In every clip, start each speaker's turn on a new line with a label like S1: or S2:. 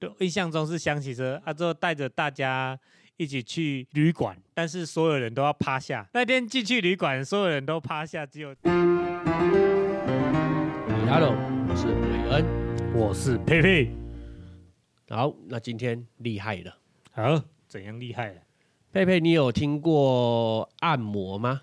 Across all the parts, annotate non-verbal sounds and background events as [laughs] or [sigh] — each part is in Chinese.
S1: 就印象中是厢型车啊，之后带着大家一起去旅馆，但是所有人都要趴下。那天进去旅馆，所有人都趴下，只有
S2: Hello，我是韦恩。
S1: 我是佩佩。
S2: 好，那今天厉害了，
S1: 好，怎样厉害了？啊
S2: 佩佩，你有听过按摩吗？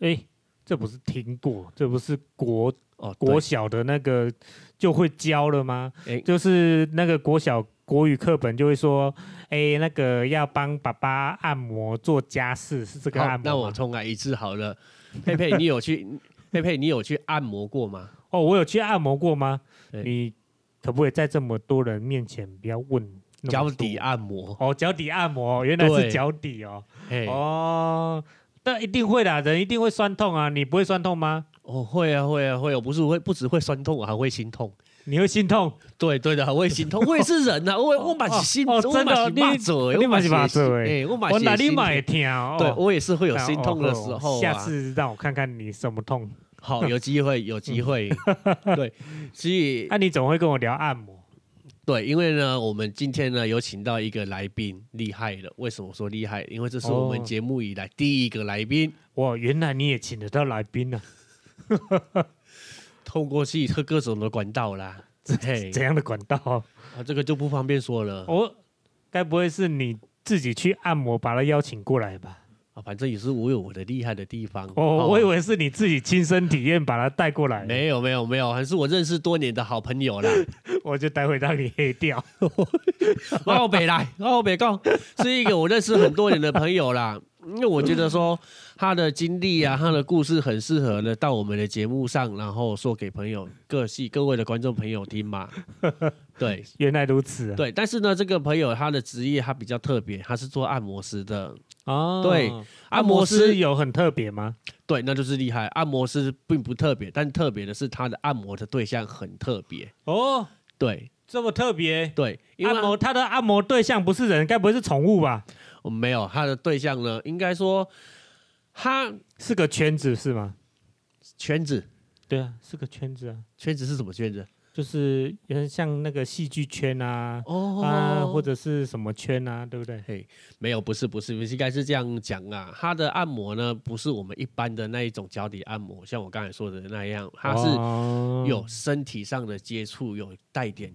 S1: 哎、这不是听过，这不是国
S2: 哦，
S1: 国小的那个就会教了吗？
S2: 诶
S1: 就是那个国小国语课本就会说，哎、那个要帮爸爸按摩做家事，是这
S2: 对
S1: 个
S2: 好
S1: 按，
S2: 那
S1: 摩
S2: 我
S1: 吗？
S2: 重来一次好了。佩佩，你有去？ [laughs] 佩佩，你有去按摩过吗？
S1: 哦，我有去按摩过吗？
S2: 对
S1: 你可不可以在这么多人面前不要问那么
S2: 脚
S1: 多
S2: 底？按摩，
S1: 哦，脚底按摩，原来是
S2: 对
S1: 脚底哦。
S2: 哎，
S1: 哦，但一定会的，人一定会酸痛啊。你不会酸痛吗？
S2: 哦，会啊，会啊，会啊，我不是会，不只会酸痛，啊我还会心痛。
S1: 你会心痛？
S2: 对对的，我也心痛，我也是人呐，我也我满是心，
S1: 哦
S2: 我
S1: 真的
S2: 满是
S1: 你
S2: 骂嘴，
S1: 你
S2: 我满
S1: 也是
S2: 是
S1: 肉
S2: 心
S1: 做的
S2: 哎，我满
S1: 我
S2: 是
S1: 哪里
S2: 心
S1: 买听哦？
S2: 对我也是会有
S1: 那
S2: 心
S1: 哦
S2: 痛的时
S1: 哦
S2: 候啊。
S1: 下次让我看看你什么痛。
S2: 好，有机会，有
S1: [laughs]
S2: 机会。对，所以
S1: 那、啊你怎么会跟我聊按摩？
S2: 对，因为呢，我们今天呢有请到一个来宾，厉害了。为什么说厉害？因为这是我
S1: 哦
S2: 们节目以来第一个来宾，
S1: 哇，哦原来你也请得到来宾啊！
S2: 通过自己各各种的管道啦。嘿，
S1: 怎样的管道啊？
S2: 啊，这个就不方便说了。
S1: 我、该不会是你自己去按摩把他邀请过来吧？
S2: 啊，反正也是我有我的厉害的地方。
S1: 哦，我以
S2: 有。
S1: 为是你自己亲身体验把他带过来，
S2: 没有没有没有，还是我认识多年的好朋友啦。
S1: 我就待会让你黑掉。
S2: 我北来，我北告，是一个我认识很多年的朋友啦。因为我觉得说他的经历啊，他的故事很适合呢到我们的节目上，然后说给朋友各系各位的观众朋友
S1: [laughs]
S2: 听嘛。对
S1: [laughs] 原来如此、啊，
S2: 对，但是呢，这个朋友他的职业他比较特别，他是做按摩师的。
S1: 哦
S2: 对，
S1: 按
S2: 按
S1: 摩
S2: 摩
S1: 师
S2: 师
S1: 有很特别吗？
S2: 对，那就是厉害。按摩师并不特别，但特别的是他的按摩的对象很特别。
S1: 哦，
S2: 对
S1: 这么特别，
S2: 对，因为
S1: 按摩他的按摩对象不是人，该不会是宠物吧？
S2: 我哦没有他的对象呢，应该说他
S1: 是个圈子是吗？
S2: 圈子
S1: 对啊，是个圈子啊，
S2: 圈子是什么圈子？
S1: 就是有点像那个戏剧圈啊、
S2: 哦
S1: 啊，或者是什么圈啊，对不对？
S2: 没有，不是，不是，不是，应该是这样讲啊。它的按摩呢，不是我们一般的那一种脚底按摩，像我刚才说的那样，它是
S1: 哦
S2: 有身体上的接触，有带点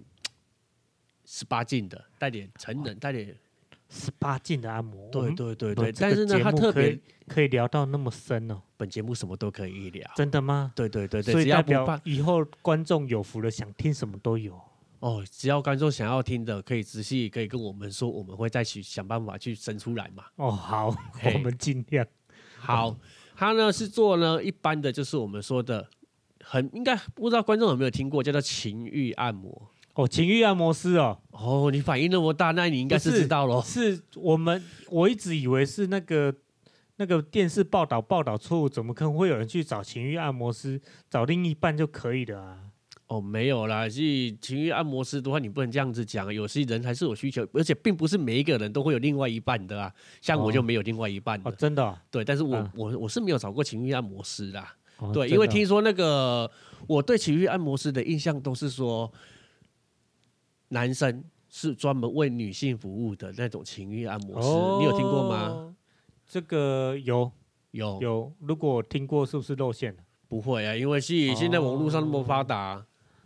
S2: 十八禁的，带点成
S1: 哦
S2: 人，带点
S1: 十八禁的按摩，我
S2: 对
S1: 们
S2: 对对
S1: 我嗯哦
S2: 对。
S1: 们这
S2: 但
S1: 个
S2: 是呢，
S1: 节
S2: 它
S1: 目
S2: 特
S1: 可以
S2: 别，
S1: 可以聊到那么深哦，
S2: 本节目什么都可以聊。
S1: 真的吗？
S2: 对对对
S1: 所
S2: 对，
S1: 以
S2: 只
S1: 代
S2: 要不
S1: 表
S2: 怕
S1: 以后观众有福了，想听什么都有。
S2: 哦，只要观众想要听的，可以仔细可以跟我们说，我们会再去想办法去生出来嘛。
S1: 哦，
S2: [laughs]
S1: 好， [laughs]
S2: 嘿
S1: 我们尽量。
S2: 好，它呢是做呢一般的，就是我们说的很应该不知道观众有没有听过，叫做情欲按摩。
S1: 哦，情欲按摩师哦，
S2: 哦，你反应那么大，那你应该是
S1: 不是
S2: 知道咯。
S1: 是我们我一直以为是那个那个电视报道报道错误，怎么可能会有人去找情欲按摩师，找另一半就可以的啊？
S2: 哦，没有啦，是情欲按摩师的话，你不能这样子讲，有些人还是有需求，而且并不是每一个人都会有另外一半的啊。像我
S1: 哦
S2: 就没有另外一半的，
S1: 哦，真的哦、
S2: 对，但是我、
S1: 嗯
S2: 我我是没有找过情欲按摩师啦。
S1: 哦
S2: 对，
S1: 真
S2: 因为
S1: 的
S2: 听说那个我对情欲按摩师的印象都是说，男生是专门为女性服务的那种情欲按摩师，你有听过吗？
S1: 哦这个有
S2: 有，
S1: 有，如果我听过，是不是露馅了？
S2: 不会啊，因为是现在网络上那么发达。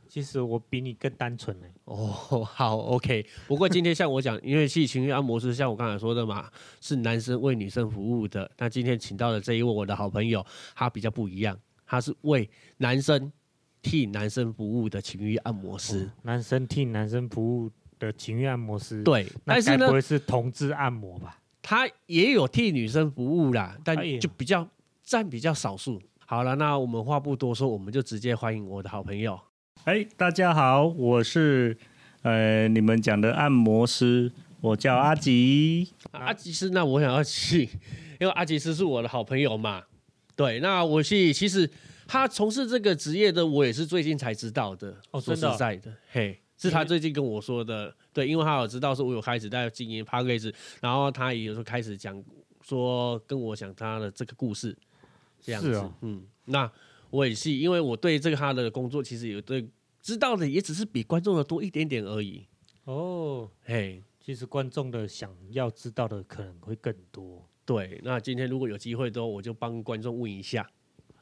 S1: 其实我比你更单纯呢、
S2: [laughs] 哦，好，OK。不过今天像我讲，因为是情欲按摩师，像我刚才说的嘛，是男生为女生服务的。那今天请到的这一位我的好朋友，他比较不一样，他是为男生替男生服务的情欲按摩师。
S1: 哦男生替男生服务的情欲按摩师，，
S2: 对，
S1: 那
S2: 但
S1: 该
S2: 是呢
S1: 不，会是同志按摩吧？
S2: 他也有替女生服务啦，但
S1: 哎呀
S2: 就比较占比较少数。好了，那我们话不多说，我们就直接欢迎我的好朋友。
S3: 哎，大家好，我是呃你们讲的按摩师，我叫阿吉。
S2: 啊阿吉斯，那我想要去，因为阿吉斯是我的好朋友嘛。对，那我去，其实他从事这个职业的，我也是最近才知道的。
S1: 哦
S2: 说
S1: 真的哦
S2: 实在的，嘿，是
S1: 嗯
S2: 他最近跟我说的。对，因为他有知道说我有开始在经营 p a c k a g e 然后他也有时候开始讲说跟我讲他的这个故事，这样
S1: 是
S2: 子。
S1: 哦
S2: 嗯，那我也是，因为我对这个他的工作其实有对知道的，也只是比观众的多一点点而已。
S1: 哦，
S2: 嘿，
S1: 其实观众的想要知道的可能会更多。
S2: 对，那今天如果有机会的话，我就帮观众问一下。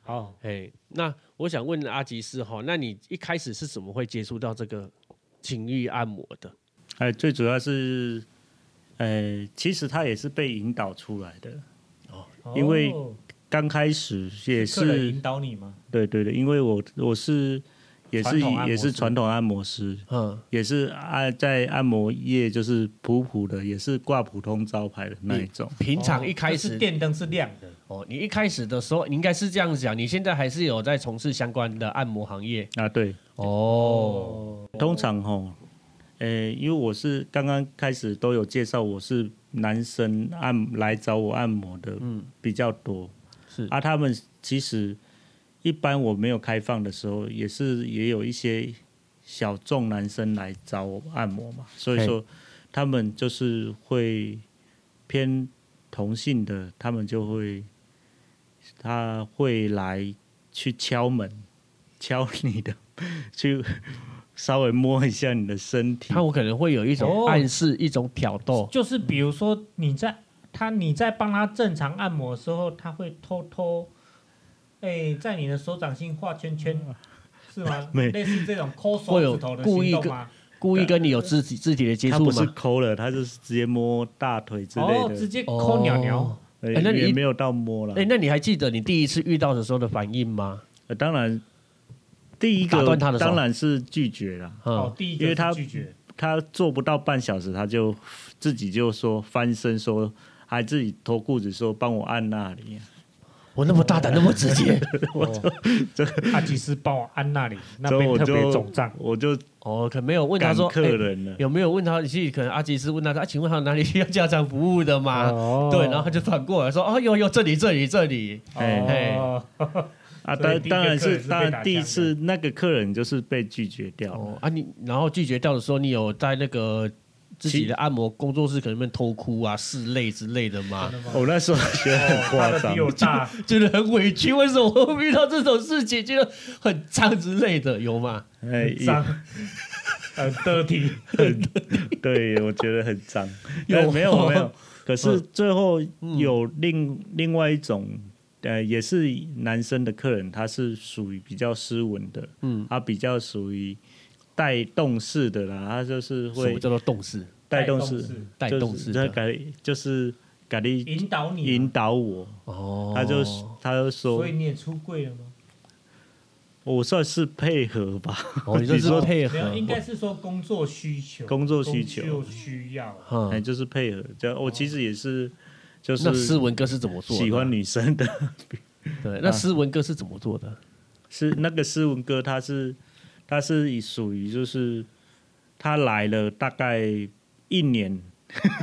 S1: 好，
S2: 嘿，那我想问阿吉斯哈，那你一开始是怎么会接触到这个情欲按摩的？
S3: 哎，最主要是，呃，其实他也是被引导出来的。因为
S1: 哦
S3: 刚开始也
S1: 客人
S3: 是
S1: 引导你吗？
S3: 对对对，因为我我是也
S1: 传
S3: 是
S1: 统按摩
S3: 也是
S1: 师
S3: 传统按摩师，
S2: 嗯，
S3: 也是按在按摩业就是普普的，也是挂普通招牌的那一种。
S2: 平常
S1: 哦
S2: 一开
S1: 就是 [laughs]
S2: 始
S1: 电灯是亮的，
S2: 哦，你一开始的时候，你应该是这样讲，你现在还是有在从事相关的按摩行业
S3: 啊，对，
S2: 哦。
S3: 通常吼，呃，因为我是刚刚开始都有介绍，我是男生按来找我按摩的，比较多。
S2: 是
S3: 啊，他们其实一般我没有开放的时候，也是也有一些小众男生来找我按摩嘛，所以说他们就是会偏同性的，他们就会他会来去敲门，敲你的，去稍微摸一下你的身体
S2: 他。有可能会有一种
S1: 哦
S2: 暗示，一种挑逗，
S1: 就是比如说你在他你在帮他正常按摩的时候，他会偷偷哎、在你的手掌心画圈圈，是
S2: [laughs]
S1: 吗？
S3: 没
S1: 类似这种抠手
S2: 会有
S1: 指头的
S2: 故意
S1: 行动
S2: 跟
S1: 吗？
S2: 故意跟你有肢体肢体的接
S3: 他
S2: 触
S3: 不是
S2: 吗？
S3: 抠了，他就是直接摸大腿之类
S1: 哦，直
S3: 的，
S1: 接抠鸟鸟。
S2: 哦
S3: 呃
S2: 哎那你
S3: 也
S2: 一
S3: 没有到摸了
S2: 哎、。那你还记得你第一次遇到的时候的反应吗？
S3: 呃当然，第一
S2: 打
S3: 个
S2: 断他的手
S3: 当然是拒绝了。
S1: 哦
S2: 嗯，，
S1: 第一
S3: 因
S1: 个
S3: 为
S1: 是
S3: 他
S1: 拒绝，
S3: 他做不到半小时，他就自己就说翻身说，还自己脱裤子说帮我按那里。啊
S2: 我那么大胆，那么直接，
S1: 我他其实帮我按那里，那
S3: 之后
S1: 边
S3: 我
S1: 特别
S3: 就
S1: 肿胀。
S3: 我就
S2: [laughs] 哦，可能没有问他
S3: 赶
S2: 说，
S3: 客
S2: 哎
S3: 人了。
S2: 有没有问他？其实可能阿吉斯问他 [laughs] 说，啊，请问还有哪里需要家长服务的吗？
S1: 哦
S2: 啊对，然后他就反过来说，哦，有有，这里这里这里，
S3: 哎
S1: 哦，
S3: 啊，
S1: 所以
S3: 当
S1: 第一个
S3: 当然
S1: 客人
S3: 是
S1: 是被
S3: 当
S1: 打
S3: 然第一
S1: 枪
S3: 次那个客人就是被拒绝掉了。
S2: 哦啊你，然后拒绝掉的时候，你有在那个自己的按摩工作室可能被偷哭啊、拭泪之类的吗？
S3: 我那时候觉得很
S1: 哦他
S3: 夸
S1: 的
S3: 张
S1: 比，我大，
S2: 觉得很委屈，为什么会遇到这种事情，觉得很脏之类的，有吗？
S3: 哎，也
S1: 脏，很 dirty。
S3: 对，我觉得很
S2: [laughs]
S3: 脏。
S2: 有嗯
S3: 但没有
S2: 哦
S3: 没有？可是最后有另另外一种，呃，也是男生的客人，他是属于比较斯文的，
S2: 嗯，
S3: 他比较属于带动式的啦，他就是
S2: 什么
S3: 会
S2: 叫做动势？
S3: [laughs] 带动式，
S2: 带
S3: 就是
S2: 动式
S3: 他
S2: 的
S3: 改就是改力
S1: 引导你
S3: 引
S1: 吗，
S3: 导我，
S2: 啊哦，
S3: 他就他就说
S1: 所以，你也出柜了吗？
S3: 我算是配合吧，
S2: 哦，你这
S3: 你
S2: 是
S3: 说
S2: 配
S1: 没
S2: 合
S1: 有，，应该是说工作需求，
S3: 工作需
S1: 求，
S3: 求
S1: 需要。
S3: [laughs] 哎，
S2: 嗯，
S3: 就是配合，就我其实也是就
S2: 那斯
S3: 是
S2: 文哥是怎么做的？
S3: 喜欢女生的。
S2: 对，那斯文哥是怎么做的？
S3: 是那个斯文哥，他是他是以属于就是他来了大概一年，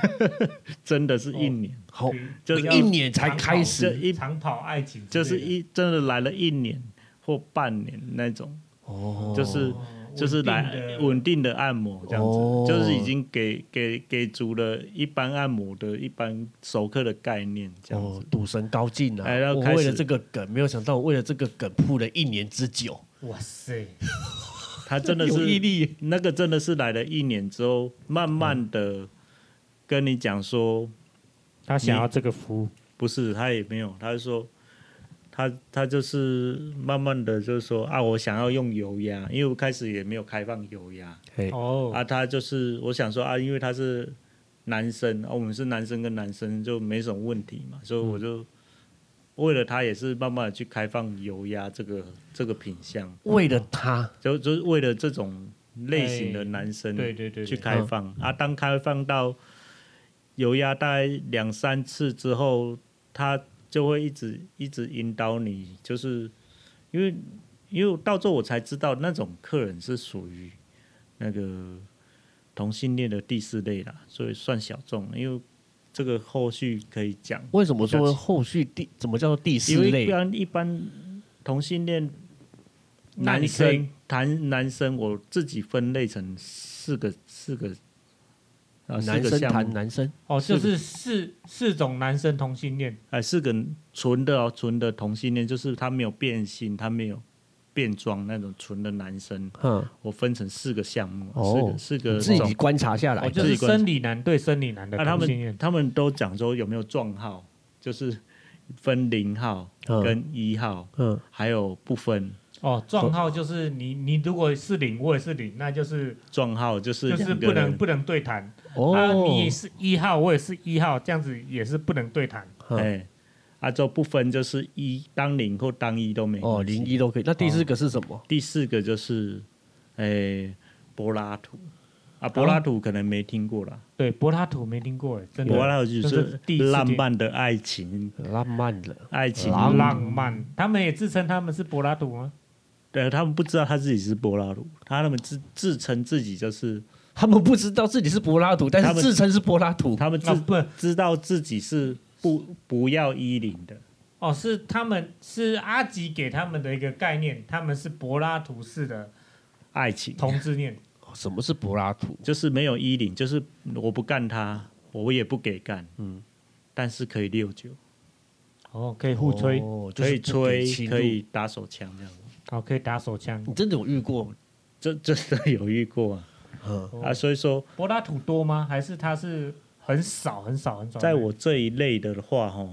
S3: [laughs] 真的是一年，
S2: 好，
S3: 就
S2: 你
S3: 是要
S2: 哦一年啊才开
S3: 这
S2: 始
S3: 一
S1: 长跑爱情之
S3: 就
S1: 类的，
S3: 是一真的来了一年或半年那种，
S2: 哦，
S3: 就是
S1: 哦
S3: 就是
S1: 稳定
S3: 来
S1: 的
S3: 稳定的按摩这样子，
S2: 哦
S3: 就是已经给给给足了一般按摩的一般熟客的概念这样子。
S2: 哦，赌神高进
S3: 哎然
S2: 啊！
S3: 后
S2: 我
S3: 开始
S2: 为了这个梗，没有想到我为了这个梗铺了一年之久，
S1: 哇塞，
S3: 他真的
S2: 有毅
S3: 是
S2: 力。
S3: 那个真的是来了一年之后，慢慢的跟你讲说。
S1: 他
S3: 想要
S1: 这个服务，
S3: 不是，他也没有，他就说，他他就是慢慢的就是说啊，我想要用油压，因为我开始也没有开放油压
S2: 嘿，
S1: 哦，
S3: 啊，他就是我想说啊，因为他是男生啊，我们是男生跟男生就没什么问题嘛，所以我就、为了他也是慢慢的去开放油压这个这个品相，
S2: 为了他，
S3: 就就是为了这种类型的
S1: 哎
S3: 男生，
S1: 对对嗯对，
S3: 去
S1: 对
S3: 开放、啊。当开放到油压大概两三次之后，他就会一直一直引导你，就是因为因为到最后我才知道那种客人是属于那个同性恋的第四类啦，所以算小众。因为这个后续可以讲，
S2: 为什么说后续第怎么叫做第四
S3: 因为
S2: 类
S3: 一？般一般同性恋
S1: 那
S3: 男
S1: 你可以
S3: 生谈男生，我自己分类成四个四个啊四
S2: 男
S3: 个
S2: 生
S3: 项
S2: 谈
S3: 目，
S2: 男生，
S1: 哦，
S3: 是
S1: 就
S3: 的
S1: 是四四种男生同性恋，
S3: 哎，四个纯的哦，纯的同性恋，就是他没有变性，他没有变装那种纯的男生，
S2: 嗯，
S3: 我分成四个项目，
S2: 哦
S3: 四个四
S2: 自己
S3: 个种。
S2: 观察下
S3: 哎
S2: 来
S1: 哦，就
S2: 的，
S1: 是生理男对生理男的
S3: 啊，他
S1: 同性
S3: 们
S1: 恋，
S3: 他们都讲说有没有撞号，就是分零号
S2: 嗯
S3: 跟一号，
S2: 嗯，
S3: 还有不分
S1: 哦，撞号就是你你如果是零，我也是零，那就是
S3: 撞号，就是
S1: 就
S3: 两
S1: 是
S3: 个
S1: 不能
S3: 人
S1: 不能对谈。啊，
S2: 哦，
S1: 你是一号，我也是一号，这样子也是不能对谈。
S3: 哎，啊，就不分就是一当零或当一都没
S2: 哦，
S3: 关系
S2: 零一都可以。那第四个是什么？
S3: 第四个就是，哎，柏拉图啊，柏拉图可能没听过啦，
S1: 对，柏拉图没听过哎，真的。
S3: 柏拉图就
S1: 这
S3: 是
S1: 是第四
S3: 浪
S1: 点
S3: 漫的爱情，
S2: 浪漫了，
S3: 爱情
S2: 浪
S1: 浪漫，他们也自称他们是柏拉图啊吗？
S3: 对他们不知道他自己是柏拉图，他们自自称自己就是，
S2: 他们不知道自己是柏拉图，但
S3: 他
S2: 是
S3: 们
S2: 自称是柏拉图。
S3: 他们
S1: 啊
S3: 自
S1: 不
S3: 知道自己是不不要依零的，
S1: 哦，是他们是阿吉给他们的一个概念，他们是柏拉图式的
S3: 爱情
S1: 同志恋。
S2: 哦什么是柏拉图？
S3: 就是没有依零，就是我不干他，我也不给干，嗯，但是可以六九，
S1: 哦，可以互吹，
S2: 哦
S3: 可以吹，
S2: 就是不给
S3: 可。
S2: 侵入
S3: 以打手枪这样，
S1: 好，哦可以打手枪。
S2: 你真的有遇过？
S3: 这这的有遇过啊
S2: 嗯，
S1: 哦
S3: 啊，所以说
S1: 柏拉图多吗？还是他是很少很少很少？
S3: 在我这一类的话，哈，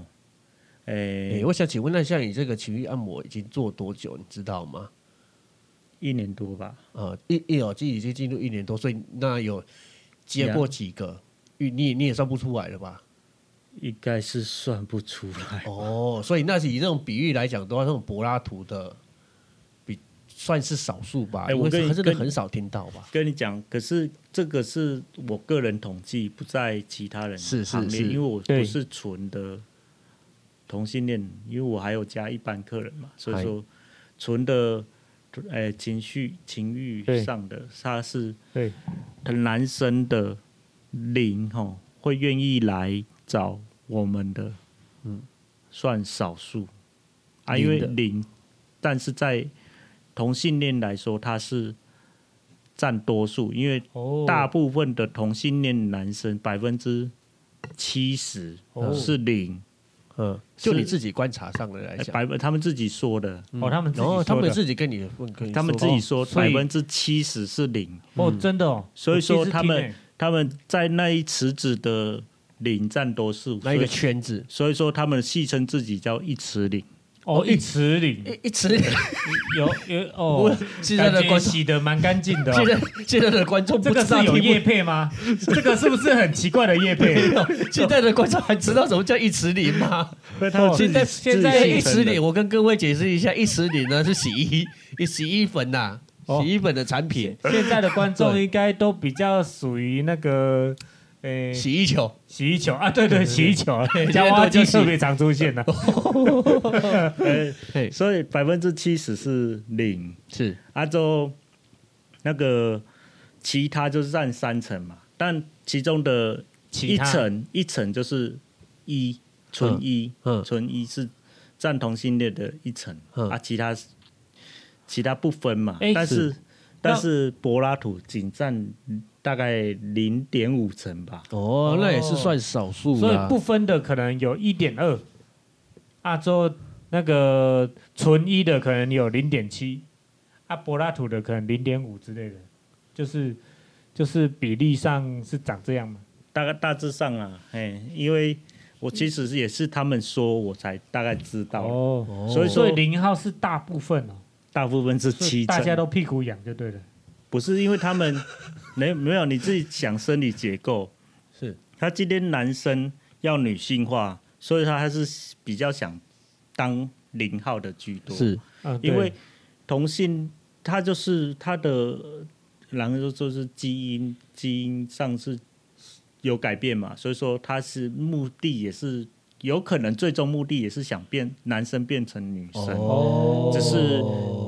S2: 哎、
S3: 诶，
S2: 我想请问，那像你这个情欲按摩已经做多久？你知道吗？
S3: 一年多吧，
S2: 呃，一一哦，这已经进入一年多，所以那有接过几个？你你你也算不出来了吧？
S3: 应该是算不出来。
S2: 哦，所以那是以这种比喻来讲的话，那种柏拉图的比算是少数吧，
S3: 哎
S2: 因
S3: 我
S2: 为
S3: 跟你
S2: 真的
S3: 跟
S2: 很少听到吧？
S3: 跟你讲，可是这个是我个人统计，不在其他人
S2: 是是
S3: 行列，
S2: 是
S3: 因为我
S1: 对
S3: 不是纯的同性恋，因为我还有加一般客人嘛，所以说纯的，呃，情绪情欲
S1: 对
S3: 上的，他是
S1: 对
S3: 男生的零吼会愿意来找我们的，嗯，算少数啊，因为
S2: 零的
S3: 零，但是在同性恋来说，它是占多数，因为
S1: 哦
S3: 大部分的同性恋男生百分之七十
S1: 哦
S3: 是零，
S2: 嗯，就你
S3: 是
S2: 自己观察上的来
S3: 呃
S2: 讲，
S3: 百分他们自己说的，
S1: 哦，他们自
S2: 然
S1: 己
S2: 后他
S1: 说
S2: 们
S1: 的
S2: 自己跟你问，跟你
S3: 他们自
S2: 说哦
S3: 己说
S1: 所
S3: 百
S1: 以
S3: 分之七十是零，
S1: 哦，真的哦，
S3: 所以说
S1: 我第一次
S3: 他
S1: 听
S3: 们
S1: 欸
S3: 他们在那一池子的零占多数，
S2: 那
S3: 所
S2: 一个
S3: 以
S2: 圈子，
S3: 所以说他们戏称自己叫一池零。
S1: 哦一尺领
S3: 嗯
S2: 一一
S3: [laughs]
S2: 直
S1: 有有 [laughs] 哦，
S2: 现在的
S1: 感觉
S2: 观众，
S1: 洗的蛮干净的哦。
S2: 现在现在的观众
S1: 这
S2: 不
S1: 个
S2: 知
S1: 是
S2: 道
S1: 有叶
S2: 听
S1: 配吗？这个是不是很奇怪的叶 [laughs] 配？
S3: 哦
S2: 不，现在的观众还知道什么叫一池林吗？
S1: 哦
S3: 自
S1: 现
S3: 己
S1: 在
S3: 自己
S1: 现在
S3: 戏
S2: 一
S3: 称
S2: 池
S3: 的
S2: 林，我跟各位解释一下，一池林呢是洗衣洗衣粉呐、
S1: 哦
S2: 洗衣粉的产品，
S1: [laughs] 现在的观众应该都比较属于那个，诶、
S2: 洗衣球。
S1: 洗衣球啊，对对，洗衣球，夹
S2: 现在
S1: 娃
S2: 都
S1: 娃
S2: 叫
S1: 机
S2: 洗
S1: 特别常出 [laughs] 现的、哎
S3: 呃
S2: 嘿，
S3: 所以百分之七十是零，
S2: 是
S3: 啊，就那个其他就是占三层嘛，但其中的
S1: 其
S3: 一
S1: 他
S3: 层一层就是一纯一，
S2: 嗯
S3: 纯一是占同性恋的一层，
S2: 嗯
S3: 啊，其他其他不分嘛，
S1: 哎
S3: 但是但
S1: 那
S3: 是柏拉图仅占大概零点五层吧，
S2: 哦，那也是算少数
S1: 所以
S2: 啦
S1: 不分的可能有一点二，啊，之后那个纯一的可能有零点七，啊，柏拉图的可能零点五之类的，就是就是比例上是长这样嘛。
S3: 大概大致上啊，哎，因为我其实是也是他们说我才大概知道。
S1: 哦，
S3: 所以说
S1: 所以零号是大部分哦，
S3: 大部分是
S1: 所
S3: 七
S1: 以
S3: 成，
S1: 大家都屁股痒就对了。
S3: 不是因为他们 [laughs] 没没有你自己想生理结构，
S2: 是
S3: 他今天男生要女性化，所以他还是比较想当零号的居多，
S2: 是
S1: 嗯，对
S3: 因为同性他就是他的，然后就就是基因基因上是有改变嘛，所以说他是目的也是有可能最终目的也是想变男生变成女生。
S2: 哦，
S3: 只是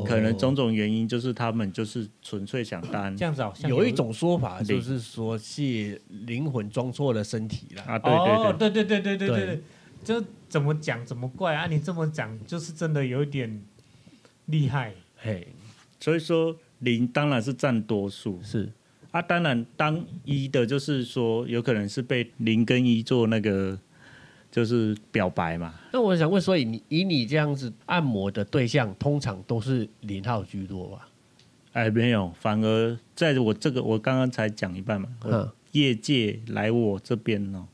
S3: 可能种种原因，就是他们就是纯粹想单
S1: 这样子好像
S2: 有一种说法
S3: 零
S2: 就是说是灵魂装错了身体啦。
S3: 啊，对
S1: 哦
S3: 对，对，
S1: 对对对对对对
S2: 对
S1: 对，就怎么讲怎么怪啊！你这么讲，就是真的有一点厉害。
S2: 嘿，
S3: 所以说零当然是占多数
S2: 是
S3: 啊，当然当一的就是说有可能是被零跟一做那个就是表白嘛，
S2: 那我想问，所以你以你这样子按摩的对象，通常都是零号居多吧？
S3: 哎，没有，反而在我这个我刚刚才讲一半嘛，
S2: 嗯，
S3: 业界来我这边哦，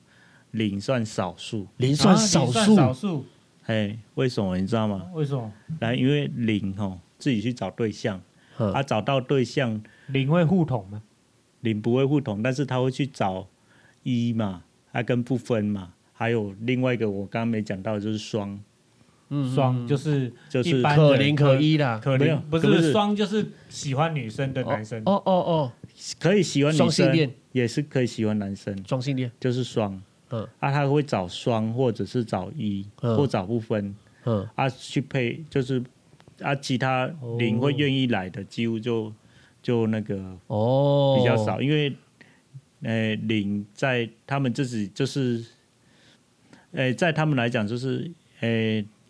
S3: 领算少数。
S2: 零算
S1: 啊
S2: 少
S1: 你
S2: 数，
S1: 少数，啊
S3: 哎，为什么你知道吗？
S1: 为什么
S3: 来，因为领哦自己去找对象，
S2: 嗯
S3: 啊，找到对象
S1: 零会互捅吗？
S3: 领不会互捅，但是他会去找一嘛，啊跟不分嘛，还有另外一个我刚刚没讲到的就是双，
S2: 嗯
S1: 双就是
S3: 就是
S1: 一般
S2: 可零可一啦。
S1: 可
S3: 没有
S1: 零，不
S3: 不
S1: 是
S3: 是
S1: 双就是喜欢女生的男生，
S2: 哦哦
S3: 可以喜欢
S2: 哦，
S3: 女
S2: 双性
S3: 生，
S2: 恋，
S3: 也是可以喜欢男生，
S2: 双性恋，
S3: 就是双。
S2: 嗯
S3: 啊，他会找双或者是找一、
S2: 嗯
S3: 或找不分
S2: 嗯，
S3: 啊去配，就是啊其他零
S1: 哦
S3: 会愿意来的几乎就就那个
S2: 哦，
S3: 比较少，，因为呃领在他们自己就是，呃在他们来讲就是呃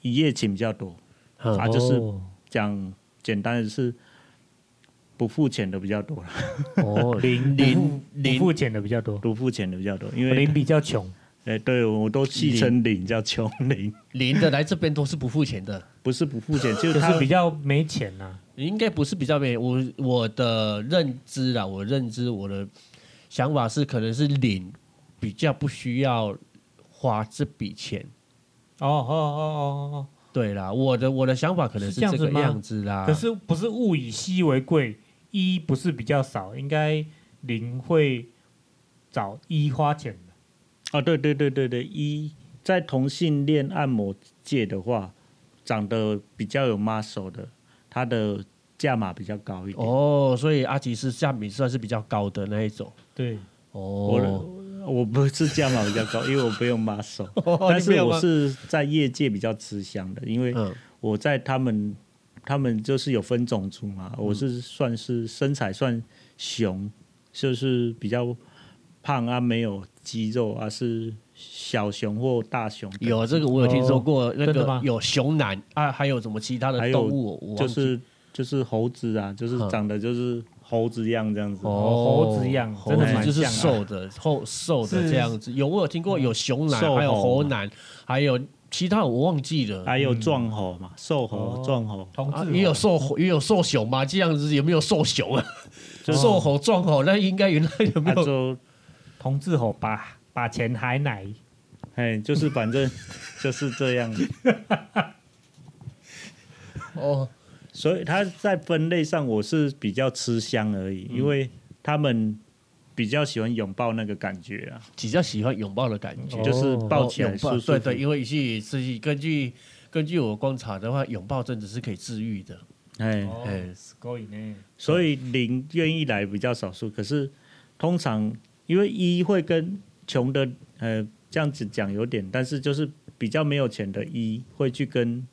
S3: 一夜情比较多，
S2: 嗯
S3: 啊就是讲简单的是不付钱的比较多，
S2: 哦
S1: [laughs]
S2: 零零
S1: 零
S2: 零
S1: 零付钱的比较多，
S3: 不付钱的比较多，因为
S1: 零比较穷，
S3: 呃对我都戏称领叫穷领，
S2: 零的来这边都是不付钱的。
S3: 不是不付钱，就
S1: 就是是
S3: 他
S1: 比较没钱啊呐、
S2: 你应该不是比较没我我的认知啦，我认知我的想法是，可能是领比较不需要花这笔钱。
S1: 哦哦哦
S2: 对啦，我的我的想法可能
S1: 是
S2: 是
S1: 这样
S2: 这个
S1: 子吗
S2: 样子啦。
S1: 啊可是不是物以稀为贵，一不是比较少，应该零会找一花钱的。
S3: 啊对对对对对一在同性恋按摩界的话，长得比较有 muscle 的，他的价码比较高一点。
S2: 哦，所以阿吉是下面算是比较高的那一种。
S1: 对，
S2: 哦，
S3: 我我不是价码比较高，因为我不用 muscle，但
S2: 哦你没
S3: 是
S2: 有吗
S3: 我是在业界比较吃香的，因为
S2: 嗯
S3: 我在他们他们就是有分种族嘛，
S2: 嗯
S3: 我是算是身材算熊，就是比较胖啊，没有肌肉啊，是小熊或大熊的，
S2: 有这个我有听说过，那
S1: 真的
S2: 个
S1: 吗
S2: 有熊男啊，还有什么其他
S3: 还
S2: 的
S3: 有
S2: 动物，我忘
S3: 就
S2: 记
S3: 是就是猴子啊，就是
S2: 嗯
S3: 长得就是猴子样这样子。
S1: 猴子一样
S2: 哦猴
S1: 真
S3: 的
S2: 子
S3: 蛮
S2: 就是
S1: 像啊
S2: 瘦的，嗯后瘦的
S1: 是
S2: 这样子。有我有听过有熊男，
S3: 瘦
S2: 还有
S3: 猴
S2: 猴
S3: 嘛
S2: 男，还有其他我忘记了。
S3: 还有壮猴嘛，瘦猴、
S1: 哦
S3: 壮猴，
S1: 同
S2: 啊
S1: 志、
S2: 也有瘦猴，也有瘦熊嘛？这样子有没有瘦熊啊？
S1: 就是
S2: 瘦猴、壮猴，那应该原来有 [laughs] 没
S3: 他
S2: 有？
S3: 就
S1: 同志吼把把钱还奶，
S3: 哎，就是
S2: [laughs]
S3: 反正就是这样。
S2: 哦，
S3: 所以他在分类上我是比较吃香而已，
S2: 嗯
S3: 因为他们比较喜欢拥抱那个感觉啊，
S2: 比较喜欢拥抱的感觉，
S1: 哦
S3: 就是抱起来
S2: 拥
S3: 舒
S2: 抱。
S3: 舒服
S2: 对对，，因为是是根据根据我观察的话，拥抱真的是可以治愈的。
S3: 哎，
S2: 哎
S1: 哦是可以呢。
S3: 所以零愿意来比较少数，可是通常因为一会跟穷的呃这样子讲有点，但是就是比较没有钱的一会去跟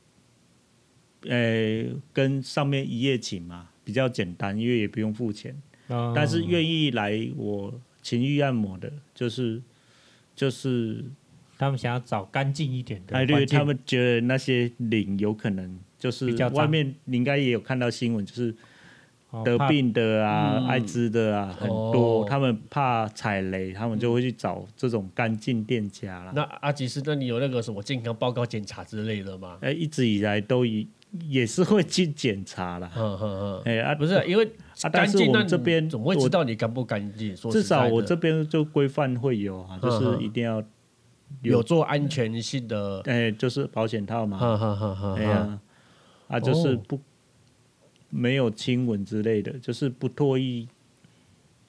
S3: 呃跟上面一夜情嘛，比较简单，因为也不用付钱。
S1: 哦
S3: 但是愿意来我情欲按摩的，就是就是，
S1: 他们想要找干净一点的
S3: 哎，
S1: 环
S3: 对，
S1: 境，
S3: 他们觉得那些领有可能就是
S1: 比较脏
S3: 外面你应该也有看到新闻，就是
S1: 哦
S3: 得
S1: 怕
S3: 病的啊、
S2: 嗯
S3: 艾滋的啊很多，
S2: 哦
S3: 他们怕踩雷，他们就会去找这种干净店家啦。
S2: 那阿吉斯，那你有那个什么健康报告检查之类的吗？
S3: 哎，一直以来都以也是会去检查啦。
S2: 嗯嗯嗯，
S3: 哎啊，
S2: 不是因为
S3: 啊，但
S2: 干
S3: 是
S2: 净，
S3: 我
S2: 那
S3: 们
S2: 你
S3: 这边
S2: 怎么会
S3: 我
S2: 知道你干不干净？说
S3: 至
S2: 实在
S3: 少
S2: 的
S3: 我这边就规范会有啊，就
S2: 嗯嗯
S3: 是一定要
S2: 有做安全性的，
S3: 哎，就是保险套嘛，
S2: 哈哈哈哈
S3: 哎呀，啊，就是
S2: 嗯哦
S3: 不、没有亲吻之类的，就是不唾液。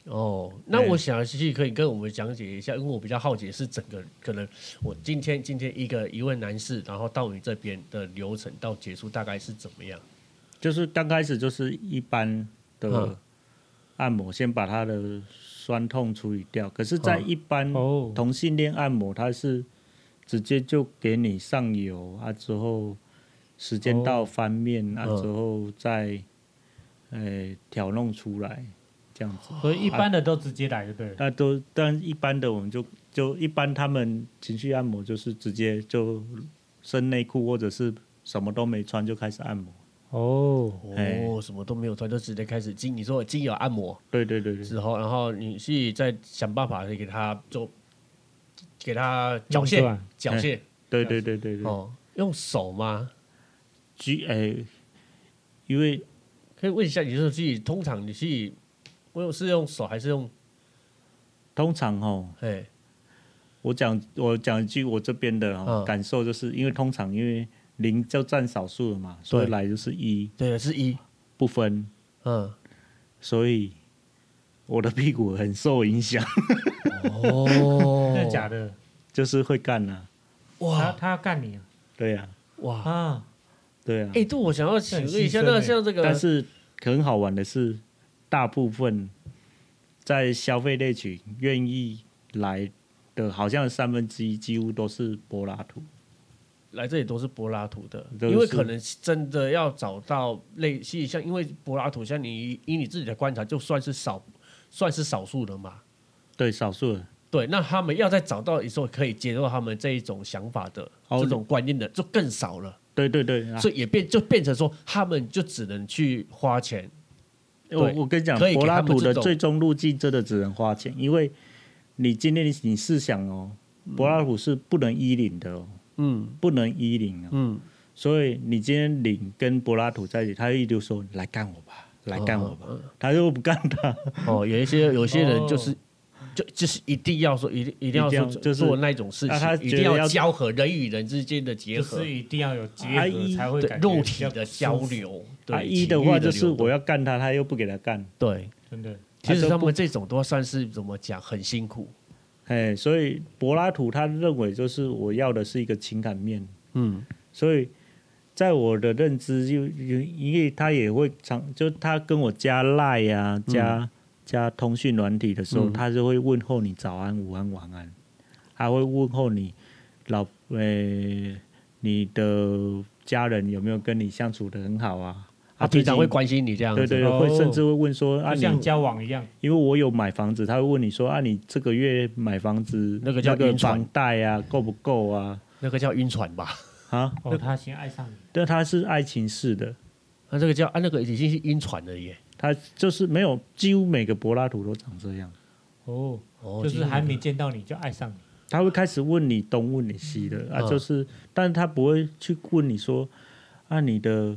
S2: 哦，那
S3: 哎
S2: 我想去可以跟我们讲解一下，因为我比较好奇是整个可能我今天今天一个一位男士，然后到你这边的流程到结束大概是怎么样？
S3: 就是刚开始就是一般
S2: 嗯
S3: 的按摩，先把他的酸痛处理掉。可是，在
S2: 嗯
S3: 一般
S1: 哦
S3: 同性恋按摩，它是直接就给你上油啊，之后时间到翻面啊，
S2: 嗯
S3: 之后再呃调弄出来这样子。
S1: 所以一般的都直接来就对了。
S3: 那都但一般的我们就就一般他们情绪按摩就是直接就身内裤或者是什么都没穿就开始按摩。
S1: 哦，
S2: 哦，
S3: 哎
S2: 什么都没有穿，就直接开始精，你说精油按摩
S3: 对对对对，
S2: 之后，然后你是再想办法给他做给它
S1: 弄出
S2: 缴械，
S1: 来
S2: 缴械
S3: 对对对对对，
S2: 哦，用手吗？
S3: 举哎，因为
S2: 可以问一下，你说自己通常你自己，我有是用手还是用？
S3: 通常哦，
S2: 哎，
S3: 我讲我讲一句我这边的哦
S2: 嗯
S3: 感受，就是因为通常因为零就占少数了嘛，所以
S2: 对
S3: 来就是一
S2: 对，是一，
S3: 不分，
S2: 嗯，
S3: 所以我的屁股很受影响， [laughs]
S2: 哦 [laughs]
S1: 真的假？的？
S3: 就是会干啊，
S1: 他
S2: 哇
S1: 他要干你啊！
S3: 对呀、
S2: 哇，
S1: 啊，
S3: 对呀、
S2: 哎、对，我想要请问一下，
S1: 很牺牲
S2: 那
S1: 欸
S2: 像这个，
S3: 但是很好玩的是，大部分在消费类群愿意来的，好像三分之一几乎都是柏拉图。
S2: 来这里都是柏拉图的，
S3: 都是
S2: 因为可能真的要找到类似像，因为柏拉图像你以你自己的观察，就算是少，算是少数的嘛。
S3: 对，少数人
S2: 对，那他们要再找到一种可以接受他们这一种想法的、
S3: 哦
S2: 这种观念的，就更少了，
S3: 对对对，啊
S2: 所以也变就变成说，他们就只能去花钱。
S3: 我
S2: 对
S3: 我跟你讲
S2: 可以，给
S3: 柏
S2: 他
S3: 拉
S2: 们
S3: 图
S2: 这
S3: 的
S2: 种
S3: 最终路径真的只能花钱，因为你今天你试想哦，柏拉图是不能依领的哦，
S2: 嗯
S3: 不能依领哦，
S2: 嗯，
S3: 所以你今天领跟柏拉图在一起，他一直说来干我吧，来干我吧，
S2: 哦
S3: 他又不干他，
S2: 哦，有一些有些人就是。就就是一定要说，一定一定要
S3: 一定
S2: 说
S3: 要就是
S2: 做那种事情，
S3: 那他
S2: 一
S3: 觉
S2: 定
S3: 得
S2: 要
S3: 要
S2: 交合人与人之间的结
S1: 就
S2: 合，
S1: 是一定要有结
S3: 啊
S1: 合
S3: 一
S1: 才会
S2: 对
S1: 感觉
S2: 肉
S1: 比
S2: 体
S1: 较
S2: 的交
S1: 舒服，
S2: 流。[laughs] 对，
S3: 他啊一
S2: 情
S3: 的
S2: 欲
S3: 话
S2: 的
S3: 就是
S2: 流动
S3: 我要干他，他又不给他干，
S2: 对，
S1: 真的
S2: 其实
S3: 他
S2: 他
S3: 都不
S2: 们这种都算是怎么讲，很辛苦。
S3: 哎，所以柏拉图他认为就是我要的是一个情感面，
S2: 嗯，
S3: 所以在我的认知就，就因为他也会常，就他跟我加赖呀、啊，加、加通讯软体的时候，
S2: 嗯
S3: 他就会问候你早安、午安、晚安，还会问候你老呃、你的家人有没有跟你相处的很好啊？
S2: 他
S3: 最
S2: 平
S3: 近
S2: 常会关心你这样
S3: 对
S2: 子。
S3: 对对，
S1: 哦
S3: 会甚至会问说啊
S1: 就
S3: 你，
S1: 像交往一样，
S3: 因为我有买房子，他会问你说啊，你这个月买房子
S2: 那个叫晕船
S3: 房贷啊够不够啊？
S2: 那个叫晕船吧？
S3: 啊，
S1: 哦，他先爱上你，
S3: 但他是爱情式的，
S2: 那这个叫啊，那个已经是晕船了耶。
S3: 他就是没有，几乎每个柏拉图都长这样。
S1: 哦，
S2: 哦，
S1: 就
S2: 这
S1: 是
S2: 个
S1: 还没见到你就爱上你，
S3: 他会开始问你东问你西的啊，
S2: 嗯
S3: 就是，但是他不会去问你说啊，你的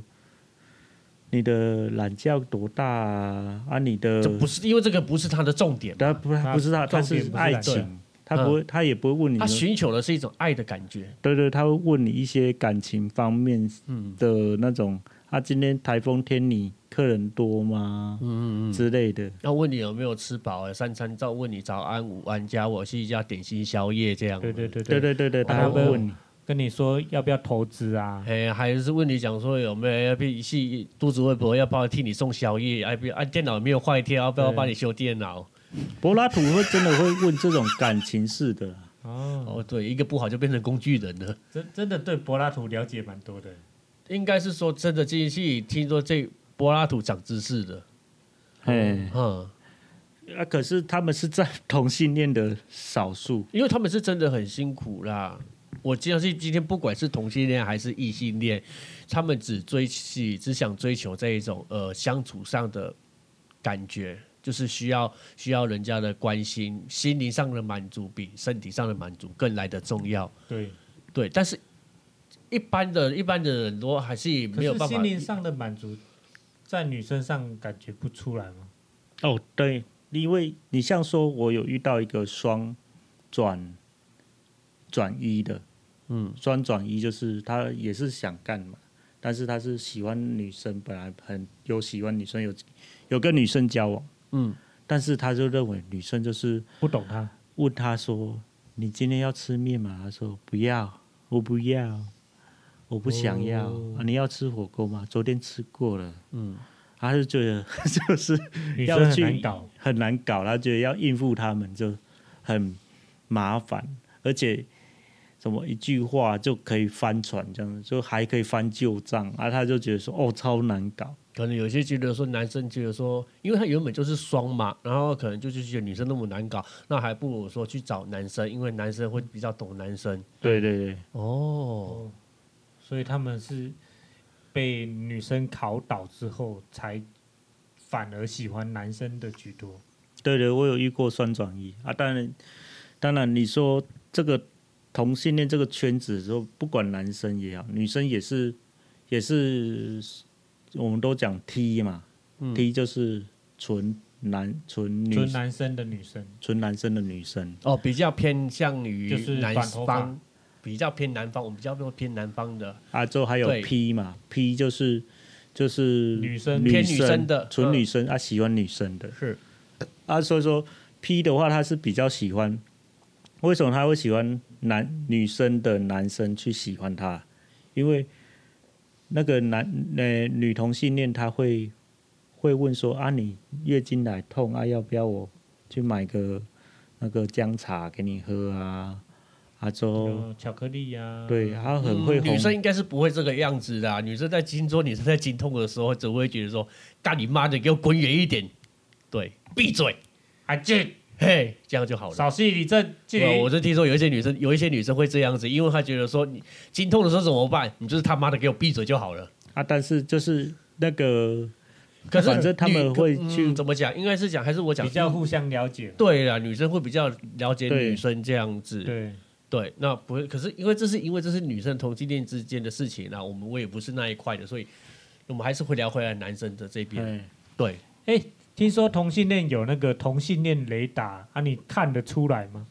S3: 你的懒觉多大啊？啊，你的
S2: 这不是因为这个不是他的重点嘛，
S3: 他不
S1: 他
S3: 不是他，他
S1: 重点
S3: 是
S1: 不是
S3: 爱
S1: 懒觉
S3: 情，他不会，他也不会问你
S2: 他
S3: 说，
S2: 寻求的是一种爱的感觉。
S3: 对对，他会问你一些感情方面
S2: 嗯
S3: 的那种啊，今天台风天你客人多吗
S2: 嗯嗯嗯。
S3: 之类的。
S2: 要问你有没有吃饱、欸？三餐照问你早安、午安，加我是一家点心宵夜这样。
S1: 对对对
S3: 对，对对对，他
S1: 他
S3: 会
S1: 会
S3: 问你，
S1: 跟你说要不要投资啊？
S2: 哎、还是问你讲说有没有要不是肚子会不会要不要替你送宵夜？哎，不，啊，电脑有没有坏掉？要不要帮你修电脑？
S3: 柏拉图会真的会问这种感情式的。
S1: 哦，
S2: 哦，对，一个不好就变成工具人了。
S1: 真真的对柏拉图了解蛮多的，
S2: 应该是说真的，这一期听说这柏拉图长知识的，
S3: 哎，
S2: 嗯，
S3: 啊，可是他们是在同性恋的少数，
S2: 因为他们是真的很辛苦啦。我相信今天不管是同性恋还是异性恋，他们只追起只想追求这一种呃相处上的感觉，就是需要需要人家的关心，心灵上的满足比身体上的满足更来的重要。
S1: 对，
S2: 对，但是一般的一般的人都还是
S1: 可
S2: 没有
S1: 是
S2: 办法
S1: 心灵上的满足在女生上感觉不出来吗？
S3: 哦，对，因为你像说，我有遇到一个双转转一的，
S2: 嗯，
S3: 双转一就是他也是想干嘛，但是他是喜欢女生，本来很有喜欢女生，有有跟女生交往，
S2: 嗯，
S3: 但是他就认为女生就是
S1: 不懂他，
S3: 问他说：“你今天要吃面吗？”他说：“不要，我不要，我不想要。
S1: 哦
S3: 啊你要吃火锅吗？昨天吃过了。”
S2: 嗯，
S3: 他就觉得 [laughs] 就是
S1: 女
S3: 要
S1: 生很
S3: 去
S1: 难搞，
S3: 很难搞，他觉得要应付他们就很麻烦，而且什么一句话就可以翻船，这样就还可以翻旧账啊，他就觉得说哦超难搞，
S2: 可能有些觉得说男生觉得说，因为他原本就是双嘛，然后可能就是觉得女生那么难搞，那还不如说去找男生，因为男生会比较懂男生。
S3: 对对对，
S2: 哦，
S1: 所以他们是被女生考倒之后，才反而喜欢男生的居多。
S3: 对对，我有遇过双转移啊，当然，当然你说这个同性恋这个圈子的时候，不管男生也好，女生也是也是，我们都讲 T 嘛、
S2: 嗯
S3: t 就是纯男纯女
S1: 纯男生的女生，
S3: 纯男生的女生，
S2: 哦，比较偏向于
S1: 就是
S2: 南
S1: 短头发
S2: 方，比较偏南方，我们比较偏南方的，
S3: 啊，之后还有
S2: 对
S3: P 嘛，P 就是就是
S1: 女生
S2: 偏女生的
S3: 纯
S2: 嗯
S3: 女生、啊，喜欢女生的
S1: 是
S3: 啊，所以说 P 的话，他是比较喜欢，为什么他会喜欢男女生的男生去喜欢他？因为那个男呃女同性恋，他会会问说啊，你月经来痛啊，要不要我去买个那个姜茶给你喝啊？啊，之后
S1: 有巧克力啊呀，
S3: 对，他很会
S2: 嗯
S3: 哄
S2: 女生应该是不会这个样子的啊、女生在经说女生在经痛的时候，只会觉得说：“干你妈的，给我滚远一点！”对，闭嘴，
S1: 啊，这
S2: 嘿，这样就好了。
S1: 少戏你这这
S2: 对，
S1: 里
S2: 我就听说有一些女生，有一些女生会这样子，因为她觉得说你经痛的时候怎么办？你就是他妈的给我闭嘴就好了。
S3: 啊，但是就是那个
S2: 可是
S3: 反正他们
S2: 女
S3: 会
S2: 嗯
S3: 去
S2: 怎么讲？应该是讲还是我讲
S1: 比较互相了解，
S2: 对啦，女生会比较了解
S3: 对
S2: 女生这样子。
S1: 对，
S2: 对，那不会，可是因为这是因为这是女生同性恋之间的事情啊，我们我也不是那一块的，所以我们还是会聊回来男生的这边。
S3: 哎
S2: 对，
S1: 听说同性恋有那个同性恋雷达啊，你看得出来吗？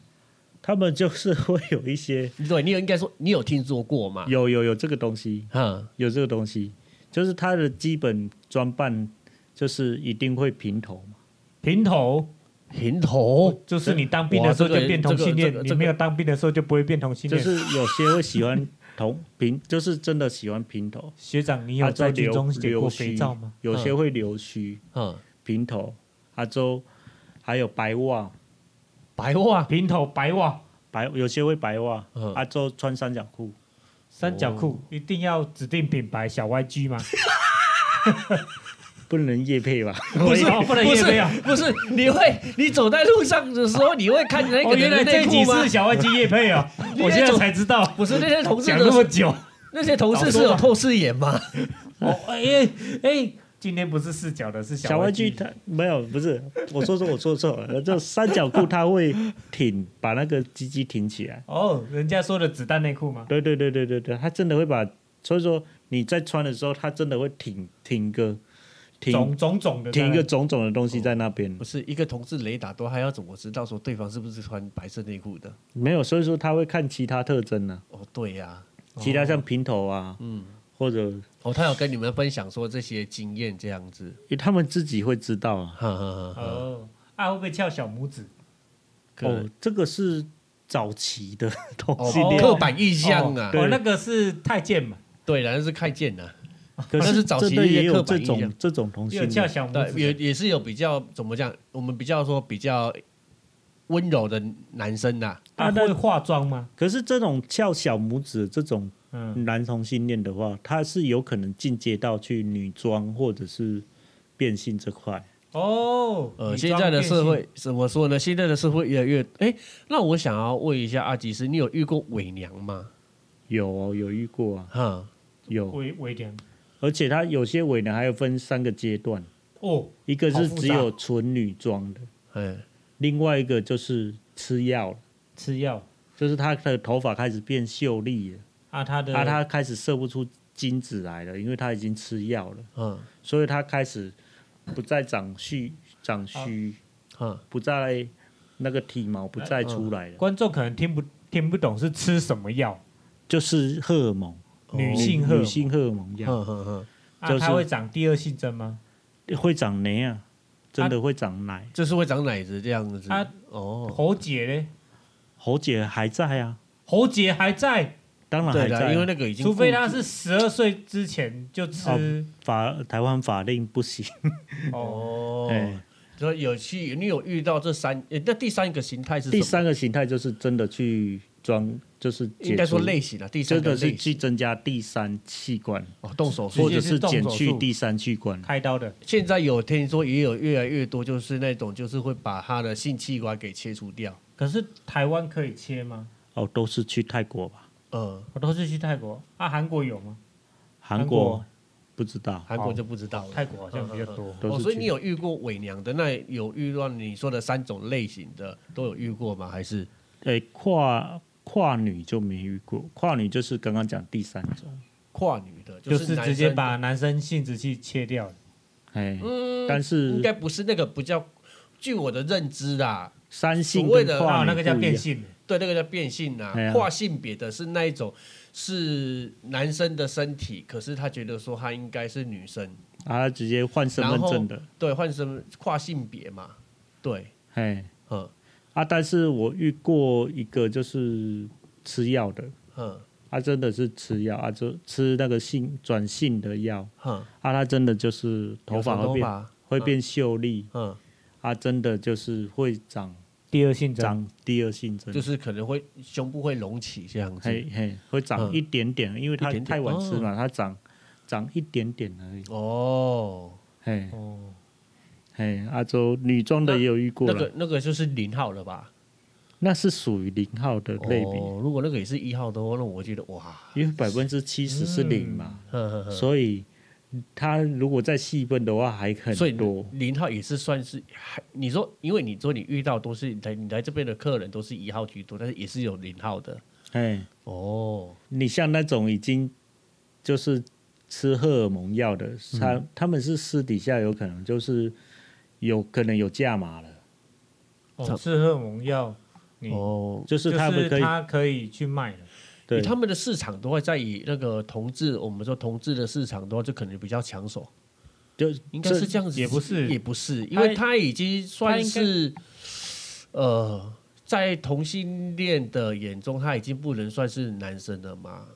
S3: 他们就是会有一些
S2: 对你有应该说你有听说过吗？
S3: 有有有这个东西，
S2: 哈，
S3: 有这个东西，就是他的基本装扮就是一定会平头嘛。
S1: 平头
S2: 平头
S1: 就是你当兵的时候就
S2: 哇这个
S1: 变同性恋
S2: 这，个这
S1: 你
S2: 个
S1: 没有当兵的时候就不会变同性
S3: 就
S1: 恋。
S3: 是有些会喜欢同 [laughs] 平，就是真的喜欢平头。
S1: 学长，你
S3: 你
S1: 有在军中写过肥皂吗？？嗯
S3: 有些会留须、
S2: 啊，
S3: 平头，啊，周还有白袜，
S2: 白袜
S1: 平头白袜、
S3: 白有些会白袜
S2: 嗯，
S3: 啊，周穿三角裤。
S1: 三角
S2: 哦
S1: 裤，一定要指定品牌小 YG 吗？
S3: 不能夜
S1: [laughs]
S3: 配吧？
S1: 不是不能
S2: 不
S1: 夜
S2: 是
S1: 配啊！
S2: 不是，你会你走在路上的时候，你会看 [laughs] 那
S1: 哦，
S2: 个
S1: 原
S2: 人
S1: 来
S2: 的
S1: 这
S2: 内
S1: 集
S2: 裤吗
S1: 是？小 YG 夜配
S2: [laughs]
S1: 啊！
S2: 你
S1: 我
S2: 在
S1: 现在
S2: 走
S1: 才知道，
S2: 不是那些同事
S1: 讲那么
S2: 的 [laughs]
S1: 久。
S2: 那些同事
S1: 早
S2: 是
S1: 说
S2: 有
S1: 嘛
S2: 透视眼吗？
S1: 哦，哎哎，今天不是四角的，是
S3: 小
S1: 外
S3: 玩具它没有，不是我说错，我说错了。 [laughs] 这三角裤它会挺，把那个鸡鸡挺起来。
S1: 哦，人家说的子弹内裤吗？
S3: 对对对对对对，它真的会把，所以说你在穿的时候，它真的会挺挺个
S1: 肿
S3: 挺
S1: 肿肿的，
S3: 挺一个肿肿的东西在那
S2: [laughs]
S3: 边
S2: 不。是一个同事雷达都还要怎么知道说对方是不是穿白色内裤的？
S3: 没有，所以说他会看其他特征呢、
S2: 哦，对呀、
S3: 其他像平头啊，
S2: 嗯，
S3: 或者
S2: 哦，他有跟你们分享说这些经验这样子，
S3: 诶他们自己会知道啊。
S2: 哈哈哈哈。
S1: 哦，啊会不会翘小拇指？
S2: 可
S3: 哦，这个是早期的 [laughs] 同
S2: 哦
S3: 性恋，
S2: 刻板印象啊，
S1: 哦，那个是太监嘛，
S2: 对啦，那是看见啊呐，
S3: 可
S2: 那
S3: 是
S2: 是早期
S3: 真的也有
S2: 刻
S3: 这
S2: 板印象
S3: 种这种同
S1: 有
S3: 性
S1: 翘
S3: 恋。
S1: 小拇
S2: 对，
S1: 指
S2: 也
S1: 的。
S2: 也哦是有比较怎么讲，我们比较说比较温柔的男生呐，
S1: 啊，会化妆吗？
S3: 可是这种翘小拇指的这种
S1: 嗯，
S3: 男同性恋的话，他是有可能进阶到去女装或者是变性这块。
S1: 哦，
S2: 呃，
S1: 女
S2: 现
S1: 装
S2: 在的
S1: 变
S2: 社
S1: 性
S2: 会怎么说呢？现在的社会越来越……哎，那我想要问一下阿吉斯，你有遇过伪娘吗？
S3: 有哦，有遇过啊，
S2: 哈，
S3: 有。
S1: 微微凉
S3: 而且他有些伪娘还有分三个阶段，
S1: 哦，
S3: 一个
S1: 好
S3: 是
S1: 复杂
S3: 只有纯女装的，
S2: 哎，
S3: 另外一个就是吃药了，
S1: 吃药
S3: 就是他的头发开始变秀丽了，
S1: 啊，他的
S3: 啊，他开始射不出精子来了，因为他已经吃药了，
S2: 嗯，
S3: 所以他开始不再长须，
S1: 啊
S3: 长须
S2: 哈，
S3: 不再那个体毛不再出来了，
S1: 观众可能听不听不懂是吃什么药，
S3: 就是荷尔蒙。
S1: 女
S2: 哦
S1: 性荷尔
S3: 女性荷尔蒙
S2: 哈
S3: 药
S2: 哈哈，
S1: 啊，
S3: 就是
S1: 他会长第二性征吗？
S3: 会长奶啊，真的会长奶。
S2: 就是会长奶子这样子
S1: 啊，
S2: 哦，
S1: 喉结嘞，
S3: 喉结还在啊，
S1: 喉结还在，
S3: 当然
S2: 对
S3: 还
S2: 的
S3: 在、，啊，
S2: 因为那个已经
S1: 除非
S2: 固
S1: 他是十二岁之前就吃
S3: 法台湾法令不行。
S1: 哦，
S2: 哦
S3: 哎，
S2: 所以有去你有遇到这三，呃那第三个形态是什么
S3: 第三个形态就是真的去装，就是解除
S2: 应该说类型啊，第三
S3: 真
S2: 个
S3: 的是
S2: 类型
S3: 去增加第三器官，
S2: 哦，动手术
S3: 或
S1: 接
S3: 者
S1: 是
S3: 是
S1: 动
S3: 减
S1: 手
S3: 去
S1: 术
S3: 第三器官。
S1: 开刀的
S2: 现在有听说也有越来越多，就是那种就是会把他的性器官给切除掉。
S1: 可是台湾可以切吗？
S3: 哦，都是去泰国吧？
S2: 嗯，
S1: 我都是去泰国啊，韩国有吗？
S3: 韩
S1: 韩国
S3: 国不知道，
S2: 韩国就不知道了。
S1: 哦泰国好像比较多。
S3: 都
S2: 哦，
S3: 是
S2: 所以
S3: 去
S2: 你有遇过伪娘的？那有遇到你说的三种类型的都有遇过吗？还是
S3: 哎诶，跨跨女就没遇过，跨女就是刚刚讲第三种，
S2: 跨女的，
S1: 就是是
S2: 男
S1: 直接
S2: 生的
S1: 把男生生殖器切掉。
S3: 哎，
S2: 嗯
S3: 但
S2: 应
S3: 是
S2: 该不是那个不叫，据我的认知啦，
S3: 三性
S2: 所谓
S3: 跟
S2: 的
S1: 啊，
S3: 跨女
S1: 那个叫
S3: 不一
S1: 变
S3: 样，
S1: 性，
S2: 对，那个叫变性啊啦、
S3: 哎呀
S2: 跨性别的是那一种是男生的身体，可是他觉得说他应该是女生，
S3: 啊，直接换身份证的，
S2: 对，换成跨性别嘛，对，
S3: 哎，
S2: 嗯
S3: 啊，但是我遇过一个就是吃药的，
S2: 嗯
S3: 啊，真的是吃药啊，就吃那个性转性的药，
S2: 嗯，
S3: 啊，他真的就是头发
S2: 有长
S3: 会
S2: 头
S3: 变
S2: 发
S3: 会变秀丽，
S2: 嗯，
S3: 啊，真的就是会长
S1: 第二性征，
S3: 长第二性征
S2: 就，是可能会胸部会隆起这样子，
S3: 嘿嘿，会长
S2: 嗯
S3: 一点点，因为
S2: 一
S3: 它
S2: 点点
S3: 太晚吃嘛，它长长一点点而已。
S2: 哦，
S3: 嘿
S1: 哦，
S3: 嘿，阿周女装的也有遇过
S2: 那
S3: 了，
S2: 个那个就是零号了吧？
S3: 那是属于零号的类别，
S2: 哦，如果那个也是一号的话，那我觉得哇，
S3: 因为百分之七十是零嘛，
S2: 呵呵呵
S3: 所以它如果再细分的话还很
S2: 所以
S3: 多。
S2: 零号也是算是，还你说，因为你说你遇到都是你来你来这边的客人都是一号居多，但是也是有零号的
S3: 哎，
S2: 哦，
S3: 你像那种已经就是吃荷尔蒙药的，他、他们是私底下有可能就是有可能有价码了，
S1: 哦是荷尔蒙药，你
S2: 哦，
S3: 就是
S1: 就
S3: 他们
S1: 是
S3: 可以、
S1: 他可以去卖了。
S3: 对
S2: 他们的市场都会在以那个同志，我们说同志的市场的话，就可能比较抢手，
S3: 就
S2: 应该是
S3: 这
S2: 这样子，
S1: 也不是
S2: 也不是，因为他已经算是呃，在同性恋的眼中，他已经不能算是男生了嘛，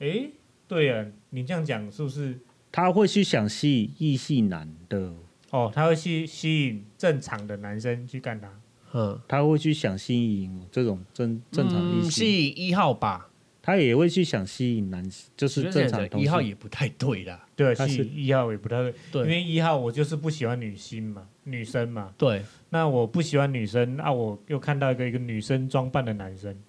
S1: 诶，对呀，你这样讲是不是？
S3: 他会去想吸引异性男的，
S1: 哦，他会吸吸引正常的男生去干他。
S2: 嗯，
S3: 他会去想吸引这种正正常异
S2: 嗯
S3: 性，
S2: 是一号吧。
S3: 他也会去想吸引男，就是正常同
S2: 一号
S3: 性。
S2: 也不太对啦，
S1: 对，
S3: 他
S1: 吸
S3: 是
S1: 引一号也不太会，因
S2: 对
S1: 为一号我就是不喜欢女星嘛，女生嘛。
S2: 对，
S1: 那我不喜欢女生，那、我又看到一个一个女生装扮的男生，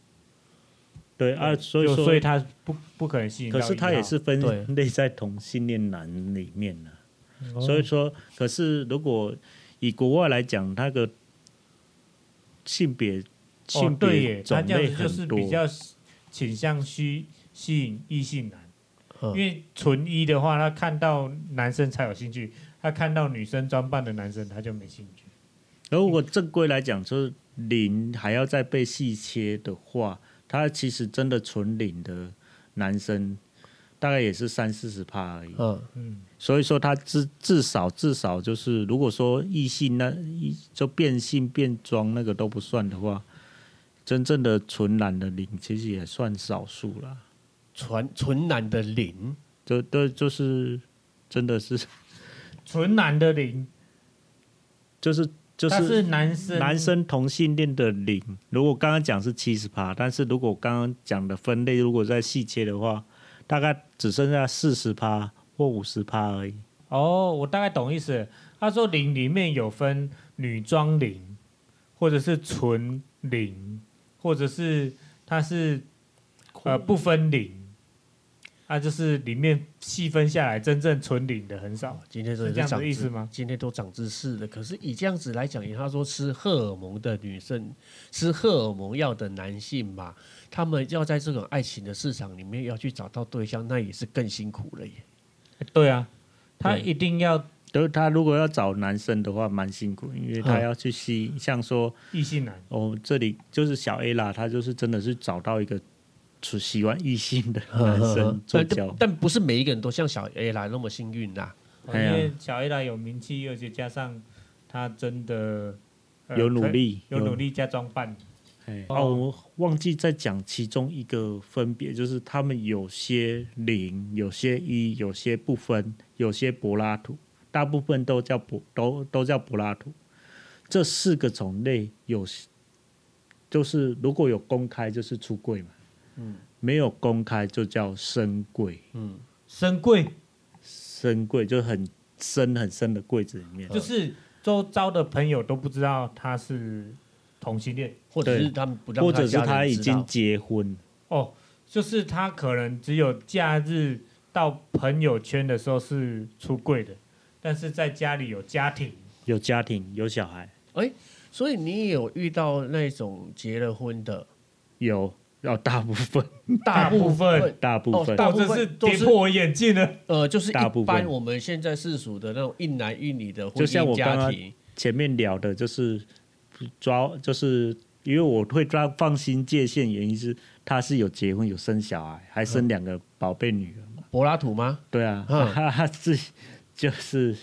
S3: 对啊，所以
S1: 就
S3: 说，
S1: 所以他不不可能吸引到
S3: 可
S1: 一号。
S3: 是他也是
S2: 对
S3: 分类在同性恋男里面呢、
S1: 哦，
S3: 所以说，可是如果以国外来讲，那个性别性
S1: 哦对耶
S3: 别，
S1: 他
S3: 种
S1: 这样
S3: 类
S1: 子就是
S3: 很多，
S1: 比较倾向吸吸引异性男，
S2: 嗯
S1: 因为纯一的话，他看到男生才有兴趣，他看到女生装扮的男生他就没兴趣。
S3: 如果正规来讲，就是零还要再被细切的话，他其实真的纯零的男生大概也是三四十趴而已。
S2: 嗯，
S1: 嗯，
S3: 所以说，他至至少至少就是，如果说异性那异就变性变装那个都不算的话，真正的纯男的零其实也算少数啦。
S2: 纯纯男的零，
S3: 就对，就是真的是
S1: 纯男的零，
S3: 就是就
S1: 他
S3: 是
S1: 是男生
S3: 男生同性恋的零。如果刚刚讲是七十趴，但是如果刚刚讲的分类如果再细切的话，大概只剩下四十趴或五十趴而已。
S1: 哦，我大概懂意思。他说零里面有分女装零，或者是纯零，或者是它是呃不分零，它、就是里面细分下来，真正纯零的很少，
S2: 今天真
S1: 是
S2: 的
S1: 这样子
S2: 长
S1: 的意思吗？
S2: 今天都长知识了。可是以这样子来讲，以他说吃荷尔蒙的女生，吃荷尔蒙药的男性嘛，他们要在这种爱情的市场里面要去找到对象，那也是更辛苦了耶。
S1: 对啊，他
S2: 对
S1: 一定要
S3: 就是他如果要找男生的话，蛮辛苦，因为他
S1: 嗯
S3: 要去吸，像说
S1: 异性男。
S3: 哦，这里就是小 A 啦，他就是真的是找到一个纯喜欢异性的
S1: 嗯
S3: 男生做
S2: 但但
S3: 交，
S2: 但不是每一个人都像小 A 啦那么幸运啦。
S1: 哦因
S3: 哎呀
S1: 为小 A 啦有名气，而且加上他真的、呃
S3: 有努，力，
S1: 可有努力加装扮，
S3: 哎，
S1: 哦
S3: 啊，我忘记再讲其中一个分别，就是他们有些零，有些一，有些不分，有些柏拉图，大部分都叫柏都都叫柏拉图。这四个种类有，就是如果有公开就是出柜嘛，嗯，没有公开就叫深柜，
S2: 嗯，
S1: 深贵
S3: 嗯深柜就是很深很深的柜子里面，
S1: 就是周遭的朋友都不知道他是同性恋
S2: 或者是
S3: 对
S2: 他们不让
S3: 或者是
S2: 家人
S3: 他已
S2: 知道
S3: 经结婚，
S1: 哦，就是他可能只有假日到朋友圈的时候是出柜的，但是在家里有家庭，
S3: 有家庭，有小孩，
S2: 所以你也有遇到那种结了婚的，
S3: 有，哦，大部分，
S1: 大部分，
S3: 大部分
S1: 大
S2: 大
S1: 部
S2: 部
S1: 分
S2: 分
S1: 是
S2: 都
S1: 跌
S2: 是
S1: 破我眼镜了。
S2: 呃，就是
S3: 大部
S2: 一般
S3: 分
S2: 我们现在世俗的那种一男一女的婚
S3: 就像
S2: 姻
S3: 我刚
S2: 家
S3: 刚
S2: 庭，
S3: 前面聊的就是抓，就是因为我会抓放心界限，原因是他是有结婚有生小孩，还生两个宝贝女儿嘛。
S2: 柏拉图吗？
S3: 对啊，
S2: 嗯
S3: 他自己就是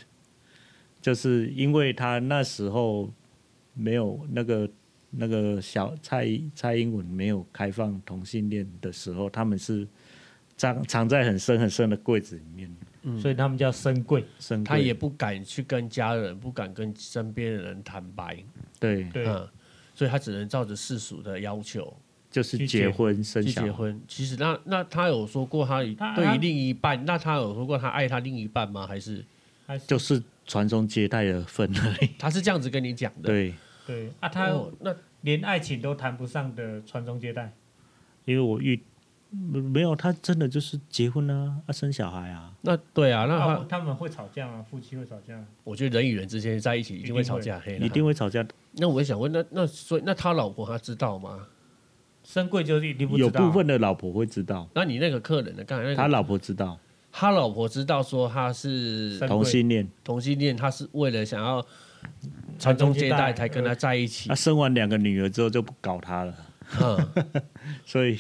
S3: 就是因为他那时候没有那个那个小蔡蔡英文没有开放同性恋的时候，他们是藏藏在很深很深的柜子里面，
S1: 所以他们叫深柜，
S3: 深
S2: 他
S3: 柜
S2: 也不敢去跟家人，不敢跟身边的人坦白，
S3: 对，
S1: 对，
S2: 嗯，所以他只能照着世俗的要求
S3: 就是
S1: 去
S3: 结
S1: 结
S3: 婚生
S2: 去
S3: 小
S2: 结
S3: 孩。
S2: 婚。其实那那他有说过他
S1: 他
S2: 对于另一半，那他有说过他爱他另一半吗？还是
S1: 还是
S3: 就是传宗接代的
S2: [laughs]
S3: 分类。
S2: 他是这样子跟你讲的？
S3: 对，
S1: 对啊，他
S2: 哦，那
S1: 连爱情都谈不上的传宗接代，
S3: 因为我遇没没有他真的就是结婚啊，啊生小孩啊，
S2: 那对啊，那
S1: 啊
S2: 他，
S1: 他们会吵架吗？夫妻会吵架吗？
S2: 我觉得人与人之间在一起一定会吵架，嘿啦
S3: 一定会吵架。
S2: 那我想问，那那所以那他老婆他知道吗？
S1: 深柜就是一定不知道
S3: 有部分的老婆会知道，
S2: 那你那个客人呢？刚才那个
S3: 他老婆知道
S2: 他老婆知道说他是
S1: 三
S3: 同性恋，
S2: 同性恋，他是为了想要
S1: 传
S2: 传宗
S1: 宗
S2: 接
S1: 接代
S2: 代才跟他在一起
S3: 他、。啊生完两个女儿之后就不搞他了， [laughs]
S2: 嗯，
S3: 所以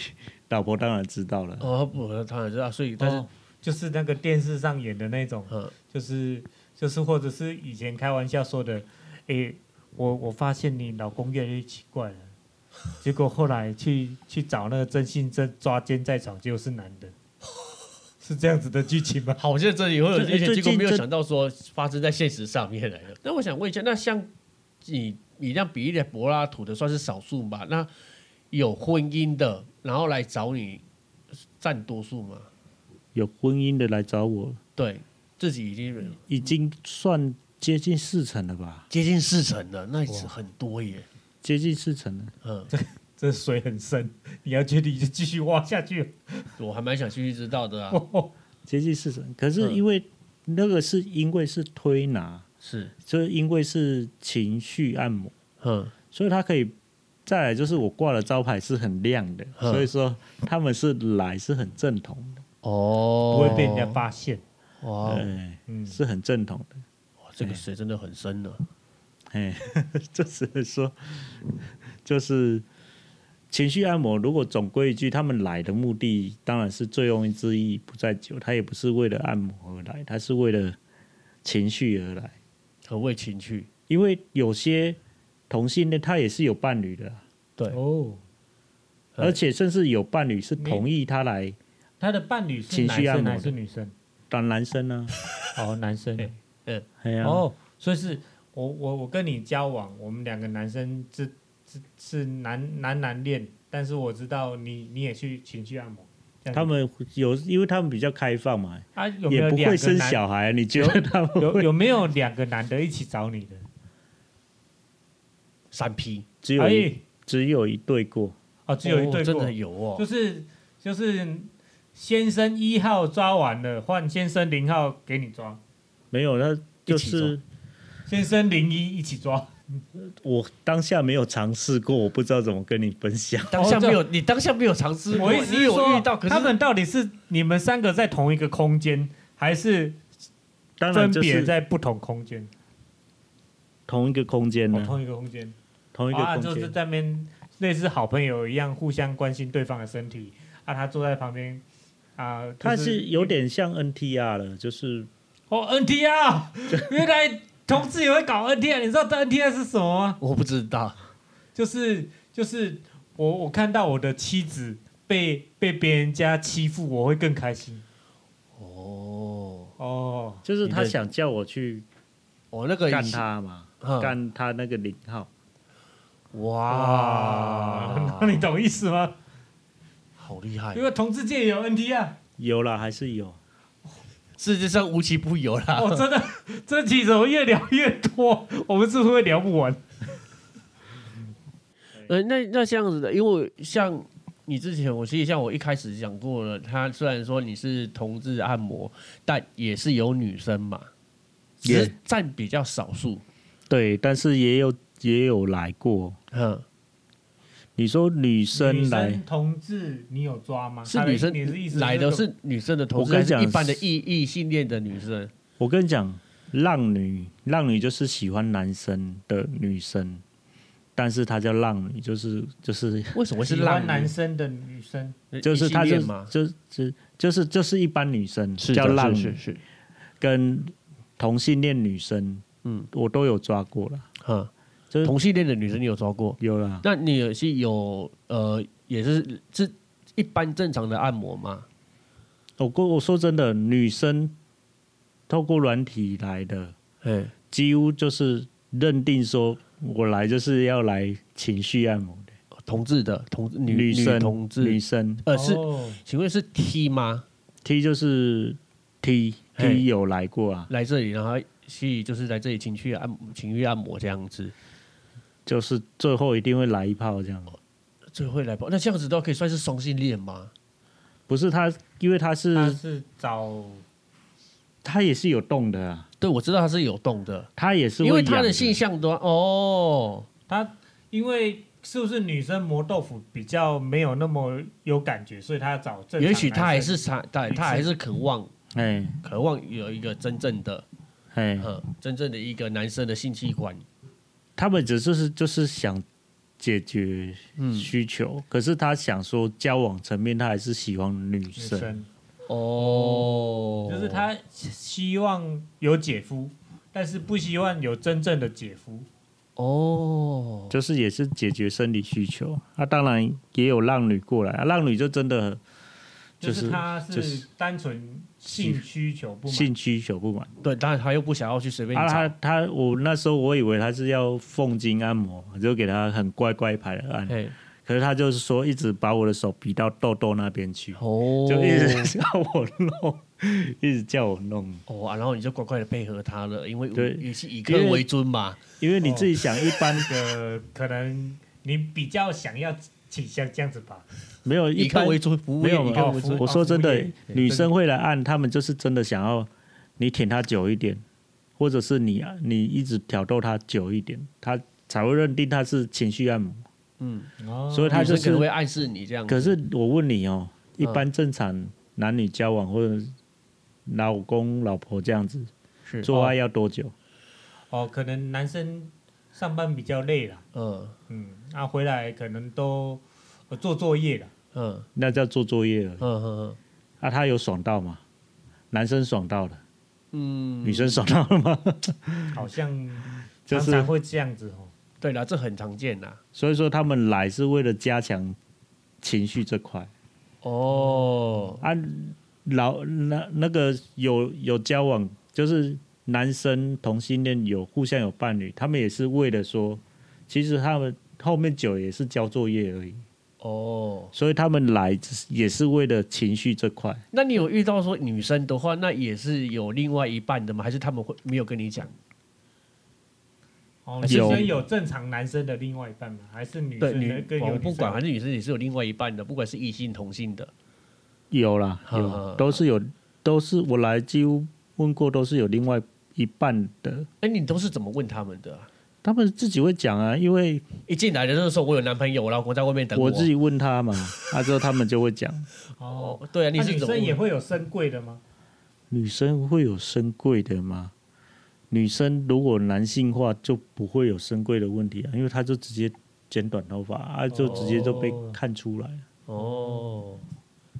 S3: 老婆当然知道了。
S2: 哦，不，他也知道，所以但是
S1: 哦就是那个电视上演的那种，
S2: 嗯
S1: 就是就是或者是以前开玩笑说的，诶、我我发现你老公越来越奇怪了，结果后来去去找那个真性真抓奸在床，结果是男的，是这样子的剧情吗？
S2: 好像这里会有，
S3: 这
S2: 而且
S3: 最
S2: 结果
S3: 近
S2: 没有
S3: 这
S2: 想到说发生在现实上面来的。那我想问一下，那像你你这样比喻的柏拉图的算是少数吧？那有婚姻的，然后来找你占多数吗？
S3: 有婚姻的来找我，
S2: 对自己已经
S3: 已经算接近四成了吧？
S2: 接近四成了，那是很多耶。
S3: 接近四成了。
S2: 嗯，
S1: 这水很深，你要觉得你就继续挖下去。哦
S2: 我还蛮想继续知道的啊。
S3: 接近四成。可是
S2: 嗯
S3: 因为那个是因为是推拿，
S2: 是，
S3: 就是因为是情绪按摩。
S2: 嗯，
S3: 所以它可以再来就是我挂的招牌是很亮的，
S2: 嗯
S3: 所以说他们是来是很正统的，
S2: 哦，
S1: 不会被人家发现。
S2: 哇哦，
S3: 哎
S1: 嗯，
S3: 是很正统的，
S2: 哇这个水真的很深啊了。
S3: 哎， [laughs] 就是说就是情绪按摩，如果总归一句，他们来的目的当然是醉翁之意不在酒，他也不是为了按摩而来，他是为了情绪而来，
S2: 很为情趣，
S3: 因为有些同性恋他也是有伴侣的啊，
S2: 对
S1: 哦，
S2: 嗯
S3: 而且甚至有伴侣是
S1: 你
S3: 同意他来
S1: 他的伴侣是
S3: 情
S1: 男
S3: 绪按
S1: 生
S3: 摩的
S1: 还是女生？
S3: 当男生呢、
S1: 哦，男生。
S3: 哎呀、
S1: 哦，所以是我我我跟你交往，我们两个男生是是是男男男恋，但是我知道你你也去情绪按摩，这样子
S3: 他们有，因为他们比较开放嘛，
S1: 啊有没
S3: 也
S1: 有
S3: 不
S1: 两
S3: 会
S1: 个
S3: 生
S1: 男
S3: 小孩。啊你觉得他们
S1: 有
S3: 会
S1: 有没有两个男的一起找你的？
S2: 三 P
S3: 只有一
S1: 哎，
S3: 只有一对过？
S1: 哦，只有一对
S2: 真
S1: 过
S2: 的，有
S1: 就
S2: 哦，
S1: 是就是先生一号抓完了，换先生零号给你抓，
S3: 没有，那就
S2: 一起
S3: 是
S1: 先生零一一起抓。
S3: 我当下没有尝试过，我不知道怎么跟你分享。
S2: 当下
S1: 哦这
S2: 没有，你当下没有尝试过，
S1: 我意思
S2: 你
S1: 是
S2: 有
S1: 说
S2: 遇到，可是
S1: 他们到底是你们三个在同一个空间，还是
S3: 当然
S1: 分
S3: 就
S1: 别
S3: 是
S1: 在不同空间？
S3: 同一个空间
S1: 哦
S3: 呢，
S1: 同一个空间，
S3: 同一个
S1: 啊，就
S3: 空
S1: 是
S3: 间。
S1: 在面类似好朋友一样，互相关心对方的身体。啊，他坐在旁边，啊，就
S3: 它是有点像 NTR 了，就是
S1: 哦 NTR，原
S3: [laughs]
S1: 来同志也会搞 NTR，你知道 NTR 是什么吗？
S2: 我不知道，
S1: 就是就是我我看到我的妻子被被别人家欺负，我会更开心。
S2: 哦，
S1: 哦，
S3: 就是他
S2: 你的
S3: 想叫我去
S2: 我那个
S3: 干他嘛，
S2: 嗯
S3: 干他那个零号。
S1: 啊，那
S2: 哇
S1: 你，懂意思吗？
S2: 好厉害
S3: 哎
S1: 因，为同志界也有 NTR，
S3: 有啦，还是有。
S2: 世界上无奇不有啦，
S1: 哦，真的， [laughs] 这几怎么越聊越多？我们是不是会聊不完？
S2: 呃，那那这样子的，因为像你之前，我其实像我一开始讲过了，他虽然说你是同志按摩，但也是有女生嘛，只
S3: 也
S2: 是占比较少数。
S3: 对，但是也有也有来过，
S2: 嗯，
S3: 你说女生来，
S1: 同志，你有抓吗？
S2: 是女生
S1: 你是意思
S2: 来
S1: 这
S2: 的
S1: 个
S2: 是女生的同
S3: 我
S2: 志，
S3: 跟
S2: 还
S3: 你讲
S2: 是一般的异异性恋的女生？
S3: 我跟你讲，浪女，浪女就是喜欢男生的女生，但是她叫浪女，就是就是
S2: 为什么会是
S1: 喜
S2: 浪
S1: 欢
S2: 女
S1: 男生的女生，
S3: 就是她
S2: 异
S3: 就
S2: 性恋嘛？
S3: 就就就是就是一般女生
S2: 是
S3: 叫
S2: 的
S3: 浪
S2: 是
S3: 女，
S2: 是是，
S3: 跟同性恋女生，
S2: 嗯
S3: 我都有抓过了，
S2: 哈，
S3: 就是
S2: 同性恋的女生你有抓过？
S3: 有啦，
S2: 那你也是有呃，也是是一般正常的按摩吗？
S3: 我过我说真的，女生透过软体来的，
S2: 嗯，
S3: 几乎就是认定说我来就是要来情绪按摩的，
S2: 同志的同女
S3: 女生
S2: 同
S3: 女
S2: 志，
S3: 生
S2: 呃是，
S1: 哦
S2: 请问是 T 吗？
S3: T 就是 T
S2: 嘿
S3: T 有来过啊，
S2: 来这里然后去就是来这里情绪按情绪按摩这样子，
S3: 就是最后一定会来一炮这样。
S2: 最会来吧？那这样子都可以算是双性恋吗？
S3: 不是他，因为他是
S1: 他是找
S3: 他也是有动的啊，
S2: 对，我知道他是有动的，
S3: 他也是会
S2: 因为他
S3: 痒
S2: 的性向都哦，
S1: 他，因为是不是女生磨豆腐比较没有那么有感觉，所以他找正常
S2: 也许他还
S1: 男生
S2: 是他他
S1: 女
S2: 他
S1: 性
S2: 还是渴望
S3: 哎
S2: 渴望有一个真正的
S3: 哎，
S2: 嗯真正的一个男生的性器官，
S3: 他们只是就是想解决
S2: 嗯
S3: 需求，可是他想说交往层面，他还是喜欢女
S1: 女
S3: 生。
S1: 生，
S2: 哦，
S1: 就是他希望有姐夫，但是不希望有真正的姐夫。
S2: 哦，
S3: 就是也是解决生理需求，那、当然也有浪女过来，啊、浪女就真的
S1: 就
S3: 就是
S1: 是他
S3: 就是是
S1: 单纯性需求不满，
S3: 性需求不满。
S2: 对，但他又不想要去随便
S3: 啊，
S2: 找
S3: 他，他我那时候我以为他是要奉经按摩，就给他很乖乖牌的按，
S2: 嘿，
S3: 可是他就是说一直把我的手比到痘痘那边去，
S2: 哦，
S3: 就一直叫我弄， [laughs] 一直叫我弄。
S2: 哦、啊然后你就乖乖的配合他了，因为
S3: 对
S2: 也是以客为尊嘛，
S3: 因为你自己想，一般、
S2: 哦
S1: 呃，可能你比较想要倾向这样子吧。
S3: 没有
S2: 以
S3: 一
S2: 客
S3: 般
S2: 为尊，哦服务
S3: 没
S2: 业
S3: 有
S2: 以
S3: 嘛哦
S2: 客
S1: 看
S2: 为
S1: 我
S2: 尊
S1: 说
S3: 我说真的
S1: 对，
S3: 女生会来按，她们就是真的想要你舔她久一点，或者是你你一直挑逗她久一点，她才会认定她是情绪按摩。
S2: 嗯，
S1: 哦
S3: 所以他
S2: 女生
S3: 就是
S2: 可能会暗示你这样子，
S3: 可是我问你哦，一般正常男女交往或者老公老婆这样子
S2: 是
S3: 做爱要多久？
S1: 哦，可能男生上班比较累了，
S2: 嗯
S1: 嗯，那、回来可能都、呃做作业了，
S2: 嗯
S3: 那叫做作业了
S2: 嗯。嗯
S3: 啊，他有爽到吗？男生爽到了，
S2: 嗯，
S3: 女生爽到了吗？ [laughs]
S1: 好像
S3: 就
S1: 常
S3: 是
S1: 常会这样子哦。
S2: 对啦，这很常见啦。
S3: 所以说他们来是为了加强情绪这块。
S2: 哦，
S3: 啊，老那那个有有交往，就是男生同性恋有互相有伴侣，他们也是为了说，其实他们后面久也是交作业而已，
S2: 哦，
S3: 所以他们来只是也是为了情绪这块。
S2: 那你有遇到说女生的话，那也是有另外一半的吗？还是他们会没有跟你讲？
S1: 哦，
S2: 还
S1: 女
S2: 是
S1: 生有正常男生的另外一半吗？还是女
S2: 对，
S1: 生
S2: 女
S1: 的更有
S2: 我
S1: 女生哦
S2: 哦不管，反正女生也是有另外一半的，不管是异性同性的。
S3: 有啦，
S2: 呵呵呵
S3: 有都是有，都是我来几乎问过，都是有另外一半的，
S2: 哎，你都是怎么问他们的啊、
S3: 他们自己会讲啊，因为
S2: 一进来的那时候，我有男朋友，我老公在外面等
S3: 我自己问他嘛， [laughs] 啊之后他们就会讲，
S1: 哦，
S2: 哦，对啊，
S1: 那、
S2: 你是
S1: 女
S2: 怎么
S1: 生也
S2: 问？
S1: 会有深贵的吗？
S3: 女生会有深贵的吗？女生如果男性化就不会有深贵的问题啊，因为她就直接剪短头发啊，就直接就被
S1: 哦
S3: 看出来。
S2: 哦，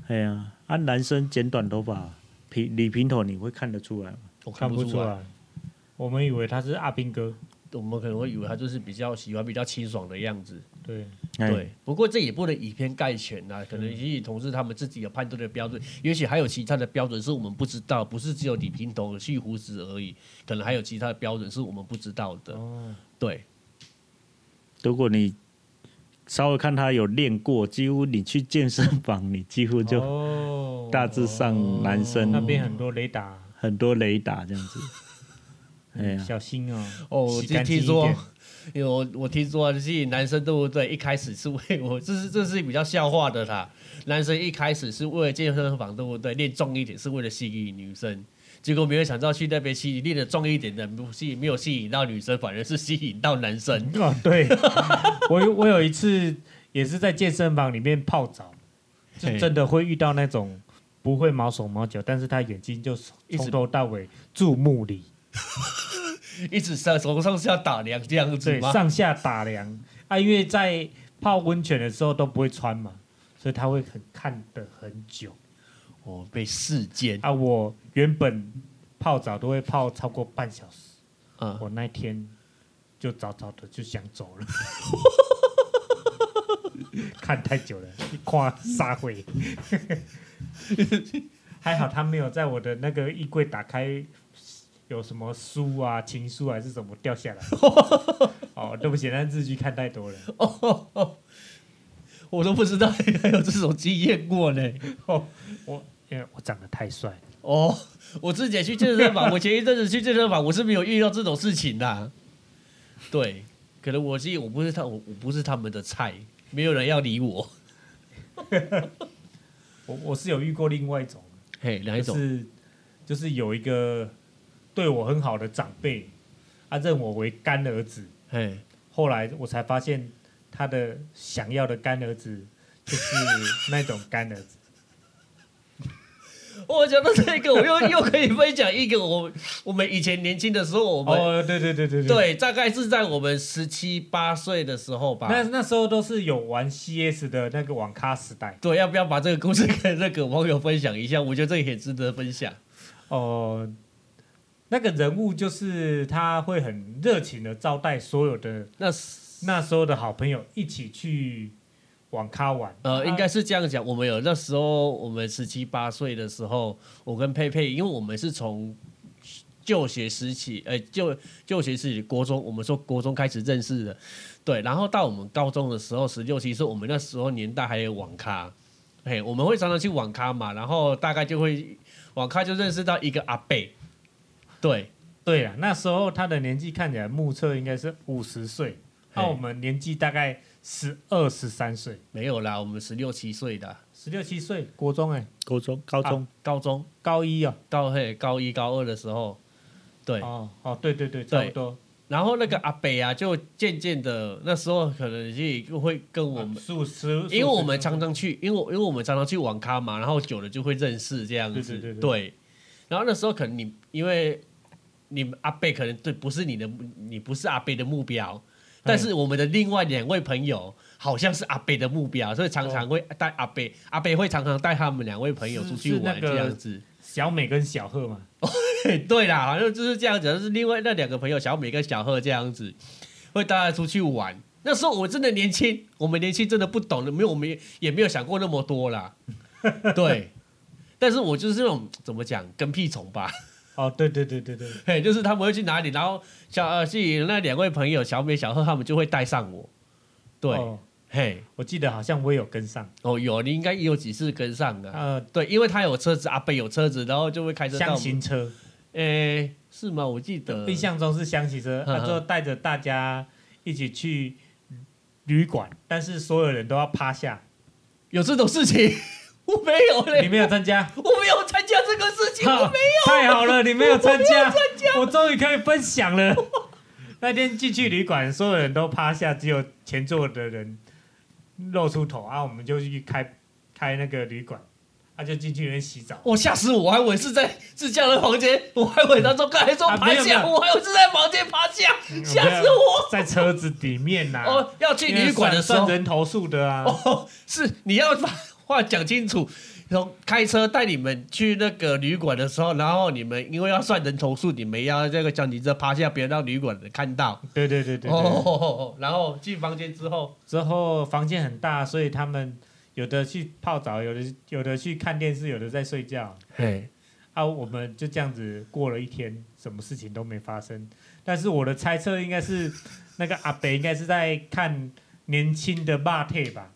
S3: 哎呀、啊，男生剪短头发，平理平头你会看得出来吗？
S2: 我看不出来，
S1: 来，我们以为他是阿兵哥，
S2: 我们可能会以为他就是比较喜欢比较清爽的样子。
S1: 对，
S3: 哎
S2: 对，不过这也不能以偏概全呐、可能也许同事他们自己有判断的标准，也许还有其他的标准是我们不知道，不是只有理平头去胡子而已，可能还有其他的标准是我们不知道的。
S1: 哦，
S2: 对，
S3: 如果你稍微看他有练过，几乎你去健身房，你几乎就
S1: 哦
S3: 大致上男生
S1: 那边很多雷达，
S3: 很多雷达这样子。哎呀、
S1: 小心哦。
S2: 哦，我
S1: 洗
S2: 听
S1: 干净
S2: 听
S1: 一
S2: 说
S1: 点，
S2: [laughs] 因为我我听说啊就是男生对不对？一开始是为我这是这是比较笑话的啦。男生一开始是为了健身房对不对？练重一点是为了吸引女生，结果没有想到去那边吸引练的重一点的，不吸引没
S1: [laughs]
S2: 有吸引到女生，反而是吸引到男生。
S1: 哦，对，我有我有一次也是在健身房里面泡澡，就
S2: 嘿
S1: 真的会遇到那种不会毛手毛脚，但是他眼睛就
S2: 一直
S1: 从头到尾注目礼，
S2: 一直上从上下打量这样子
S1: 对，
S2: 吗？
S1: 上下打量啊，因为在泡温泉的时候都不会穿嘛，所以他会很看得很久
S2: 哦，被视奸
S1: 啊。我原本泡澡都会泡超过半小时，
S2: 啊！
S1: 我那天就早早的就想走了， [laughs] 看太久了，一夸撒会。 [laughs] 还好他没有在我的那个衣柜打开，有什么书啊、情书还是什么掉下来。哦，对不起，那日剧看太多了。
S2: 哦，我都不知道还有这种经验过呢。
S1: 哦，我因为我长得太帅了，
S2: 哦， [laughs] 我自己去健身房，我前一阵子去健身房，我是没有遇到这种事情的啊。对，可能我是我不是他，我我不是他们的菜，没有人要理我。
S1: 我我是有遇过另外一种，
S2: 嘿，哪一
S1: 就
S2: 种？
S1: 是就是有一个对我很好的长辈，他、认我为干儿子。
S2: 嘿，
S1: 后来我才发现，他的想要的干儿子就是那种干儿子。
S2: 我讲到这个，我又又可以分享一个我我们以前年轻的时候， [laughs] 我们、
S1: 哦，对对对对。
S2: 对，大概是在我们十七八岁的时候吧。
S1: 那那时候都是有玩 CS 的那个网咖时代。
S2: 对，要不要把这个故事跟那个网友分享一下？我觉得这个也值得分享。
S1: 哦、那个人物就是他会很热情的招待所有的
S2: 那
S1: 那时候的好朋友一起去网咖玩。
S2: 呃，应该
S1: 啊
S2: 是这样讲，我们有那时候我们十七八岁的时候，我跟佩佩，因为我们是从就学时期，呃，就就学时期国中，我们说国中开始认识的，对，然后到我们高中的时候，十六七岁，我们那时候年代还有网咖，嘿，我们会常常去网咖嘛，然后大概就会网咖就认识到一个阿贝，对，
S1: 对啊，那时候他的年纪看起来目测应该是五十岁，那
S2: 嘿
S1: 我们年纪大概十二十三岁，
S2: 没有啦，我们十六七岁的
S1: 十六七岁，国中
S2: 欸
S1: 哎、
S3: 高中高中、
S2: 高中
S1: 高一哦，
S2: 高嘿高一高二的时候，对，
S1: 哦哦，对对对，差不多，
S2: 然后那个阿北啊，就渐渐的，那时候可能也会跟我们，
S1: 啊十五十五，
S2: 因为我们常
S1: 常
S2: 常去，因为我因为我们常常去网咖嘛，然后久了就会认识这样子，
S1: 对对对对
S2: 然后那时候可能你因为你阿贝可能对不是你的，你不是阿贝的目标，但是我们的另外两位朋友好像是阿贝的目标，所以常常会带阿贝，阿贝会常常带他们两位朋友
S1: 哦是
S2: 出去
S1: 是那
S2: 玩这
S1: 个
S2: 样子。
S1: 小美跟小贺嘛，
S2: [laughs] 对啦，好像就是这样子，就是另外那两个朋友小美跟小贺这样子，会带他出去玩。那时候我真的年轻，我们年轻真的不懂的，没有我们也也没有想过那么多啦。对，但是我就是那种怎么讲跟屁虫吧， [laughs]
S1: 哦，对对对对对，
S2: 嘿，就是他们会去哪里，然后小呃去那两位朋友小美小贺他们就会带上我。对，
S1: 哦
S2: 嘿，
S1: 我记得好像我也有跟上，
S2: 哦有，你应该也有几次跟上的、
S1: 呃，
S2: 对，因为他有车子，阿贝有车子，然后就会开车到
S1: 箱
S2: 我们。
S1: 型车，
S2: 诶，是吗？我记得
S1: 印象中是箱型车，
S2: 呵呵
S1: 他就带着大家一起去旅馆，但是所有人都要趴下，
S2: 有这种事情？ [laughs] 我没有
S1: 你
S2: 嘞，。
S1: 没有参加
S2: 我没有参加这个事情，我
S1: 好
S2: 没，
S1: [laughs] 太好了，你没有参加，我终于可以分享了。 [laughs] 那天进去旅馆，所有人都趴下，只有前座的人露出头啊，我们就去开开那个旅馆，他、就进去里面洗澡。
S2: 我吓死我，我还以为是在是这样的房间，我还以为他说刚才说
S1: 啊
S2: 爬
S1: 没有
S2: 下，
S1: 没有啊
S2: 我还以为是在房间爬下，吓死我！
S1: 在车子里面呐、
S2: [laughs] 哦，要去旅馆的时
S1: 因为算
S2: 候
S1: 算，人头数的啊，
S2: 哦，是你要把话讲清楚。从开车带你们去那个旅馆的时候，然后你们因为要算人头数，你们要这个讲你这趴下，别让旅馆的看到。
S1: 对对对对对。
S2: 哦，然后进房间之后，
S1: 之后房间很大，所以他们有的去泡澡，有的有的去看电视，有的在睡觉。
S2: 嘿，
S1: 啊，我们就这样子过了一天，什么事情都没发生。但是我的猜测应该是，那个阿北应该是在看年轻的霸退吧？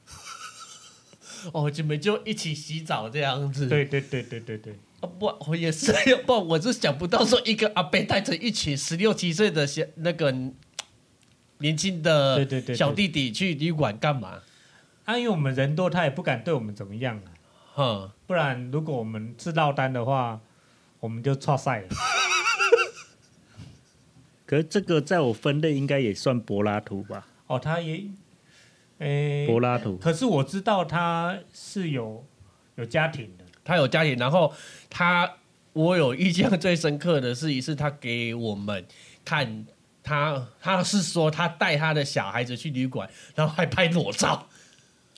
S2: 哦，你们就一起洗澡这样子。
S1: 对对对对对对，
S2: 啊，不，我也是， [laughs] 不，我是想不到说一个阿伯带着一群十六七岁的小那个年轻
S1: 对
S2: 的
S1: 对对
S2: 小弟弟去旅馆干嘛？
S1: 啊，因为我们人多，他也不敢对我们怎么样啊。
S2: 哼，
S1: 不然如果我们是落单的话，我们就错赛了。
S3: 可是这个在我分类应该也算柏拉图吧？
S1: 哦，他也，哎、诶、
S3: 柏拉图，
S1: 可是我知道他是有有家庭的，
S2: 他有家庭，然后他我有印象最深刻的是一次，他给我们看他，他是说他带他的小孩子去旅馆，然后还拍裸照，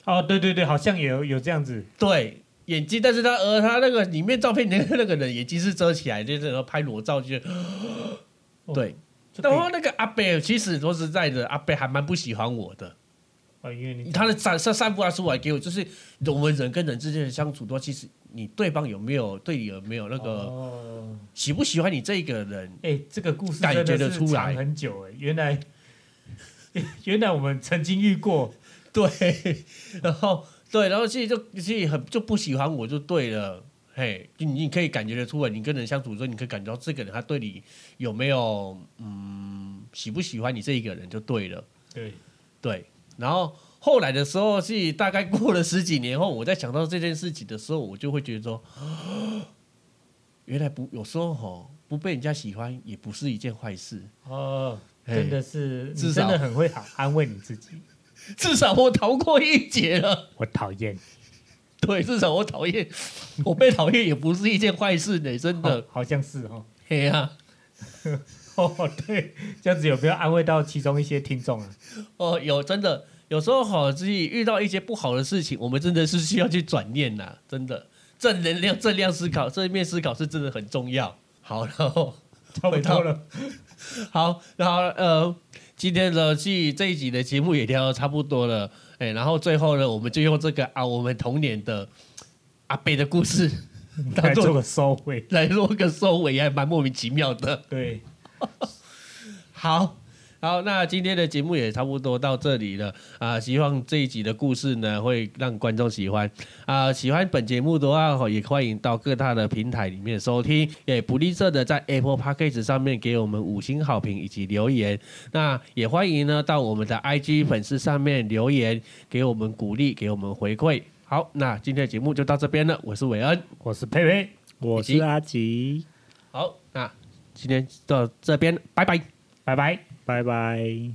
S1: 哦，对对对，好像也有有这样子，
S2: 对。眼睛，但是他呃，他那个里面照片那个那个人眼睛是遮起来，就是然后拍裸照就， [gasps] 对。
S1: 这个
S2: 然后那个阿贝，其实说实在的，阿贝还蛮不喜欢我的，
S1: 哦，因为你
S2: 他的散散散发出来给我，就是我们人跟人之间的相处多，其实你对方有没有对你有没有那个
S1: 哦，
S2: 喜不喜欢你这个人？ [laughs]
S1: 哎、这个故事
S2: 感
S1: 真
S2: 觉
S1: 的
S2: 得
S1: 是
S2: 出来
S1: 藏很久哎，原来 [laughs] 原来我们曾经遇过，
S2: 对，然后对，然后其实就其实很就不喜欢我就对了。嘿，你你可以感觉得出来，你跟人相处的时候，你可以感觉到这个人他对你有没有嗯喜不喜欢你这一个人就对了。
S1: 对，
S2: 对，然后后来的时候是大概过了十几年后，我在想到这件事情的时候，我就会觉得说，原来不有时候吼不被人家喜欢也不是一件坏事，
S1: 哦，
S2: 嘿
S1: 真的是，你
S2: 哎至少
S1: 真的很会好安慰你自己。
S2: 至少我逃过一劫了。 [laughs]
S1: 我讨厌，
S2: 对，至少我讨厌，我被讨厌也不是一件坏事呢、真
S1: 哦
S2: 的。
S1: 好像是哦。
S2: 嘿呀、
S1: 哦，对，这样子有没有安慰到其中一些听众啊？
S2: 哦，有真的，有时候好自己遇到一些不好的事情，我们真的是需要去转念呐、真的。正能量、正量思考、正面思考是真的很重要。好，然后
S1: 差不多了，
S2: 好，然后呃，今天的这这一集的节目也聊的差不多了，哎，然后最后呢，我们就用这个啊，我们童年的阿贝的故事
S1: [laughs] 来做个收尾。
S2: 来做个收尾，还蛮莫名其妙的。
S1: 对，
S2: 好。好，那今天的节目也差不多到这里了啊、希望这一集的故事呢会让观众喜欢啊、喜欢本节目的话，哦也欢迎到各大的平台里面收听，也不吝啬的在 Apple p a c k a g e 上面给我们五星好评以及留言。那也欢迎呢到我们的 IG 粉丝上面留言，给我们鼓励，给我们回馈。好，那今天的节目就到这边了，我是韦恩。
S1: 我是佩佩，
S3: 我
S2: 以
S3: 是
S2: 及
S3: 阿吉，
S2: 好，那今天到这边，拜拜。
S1: 拜拜。
S3: 拜拜。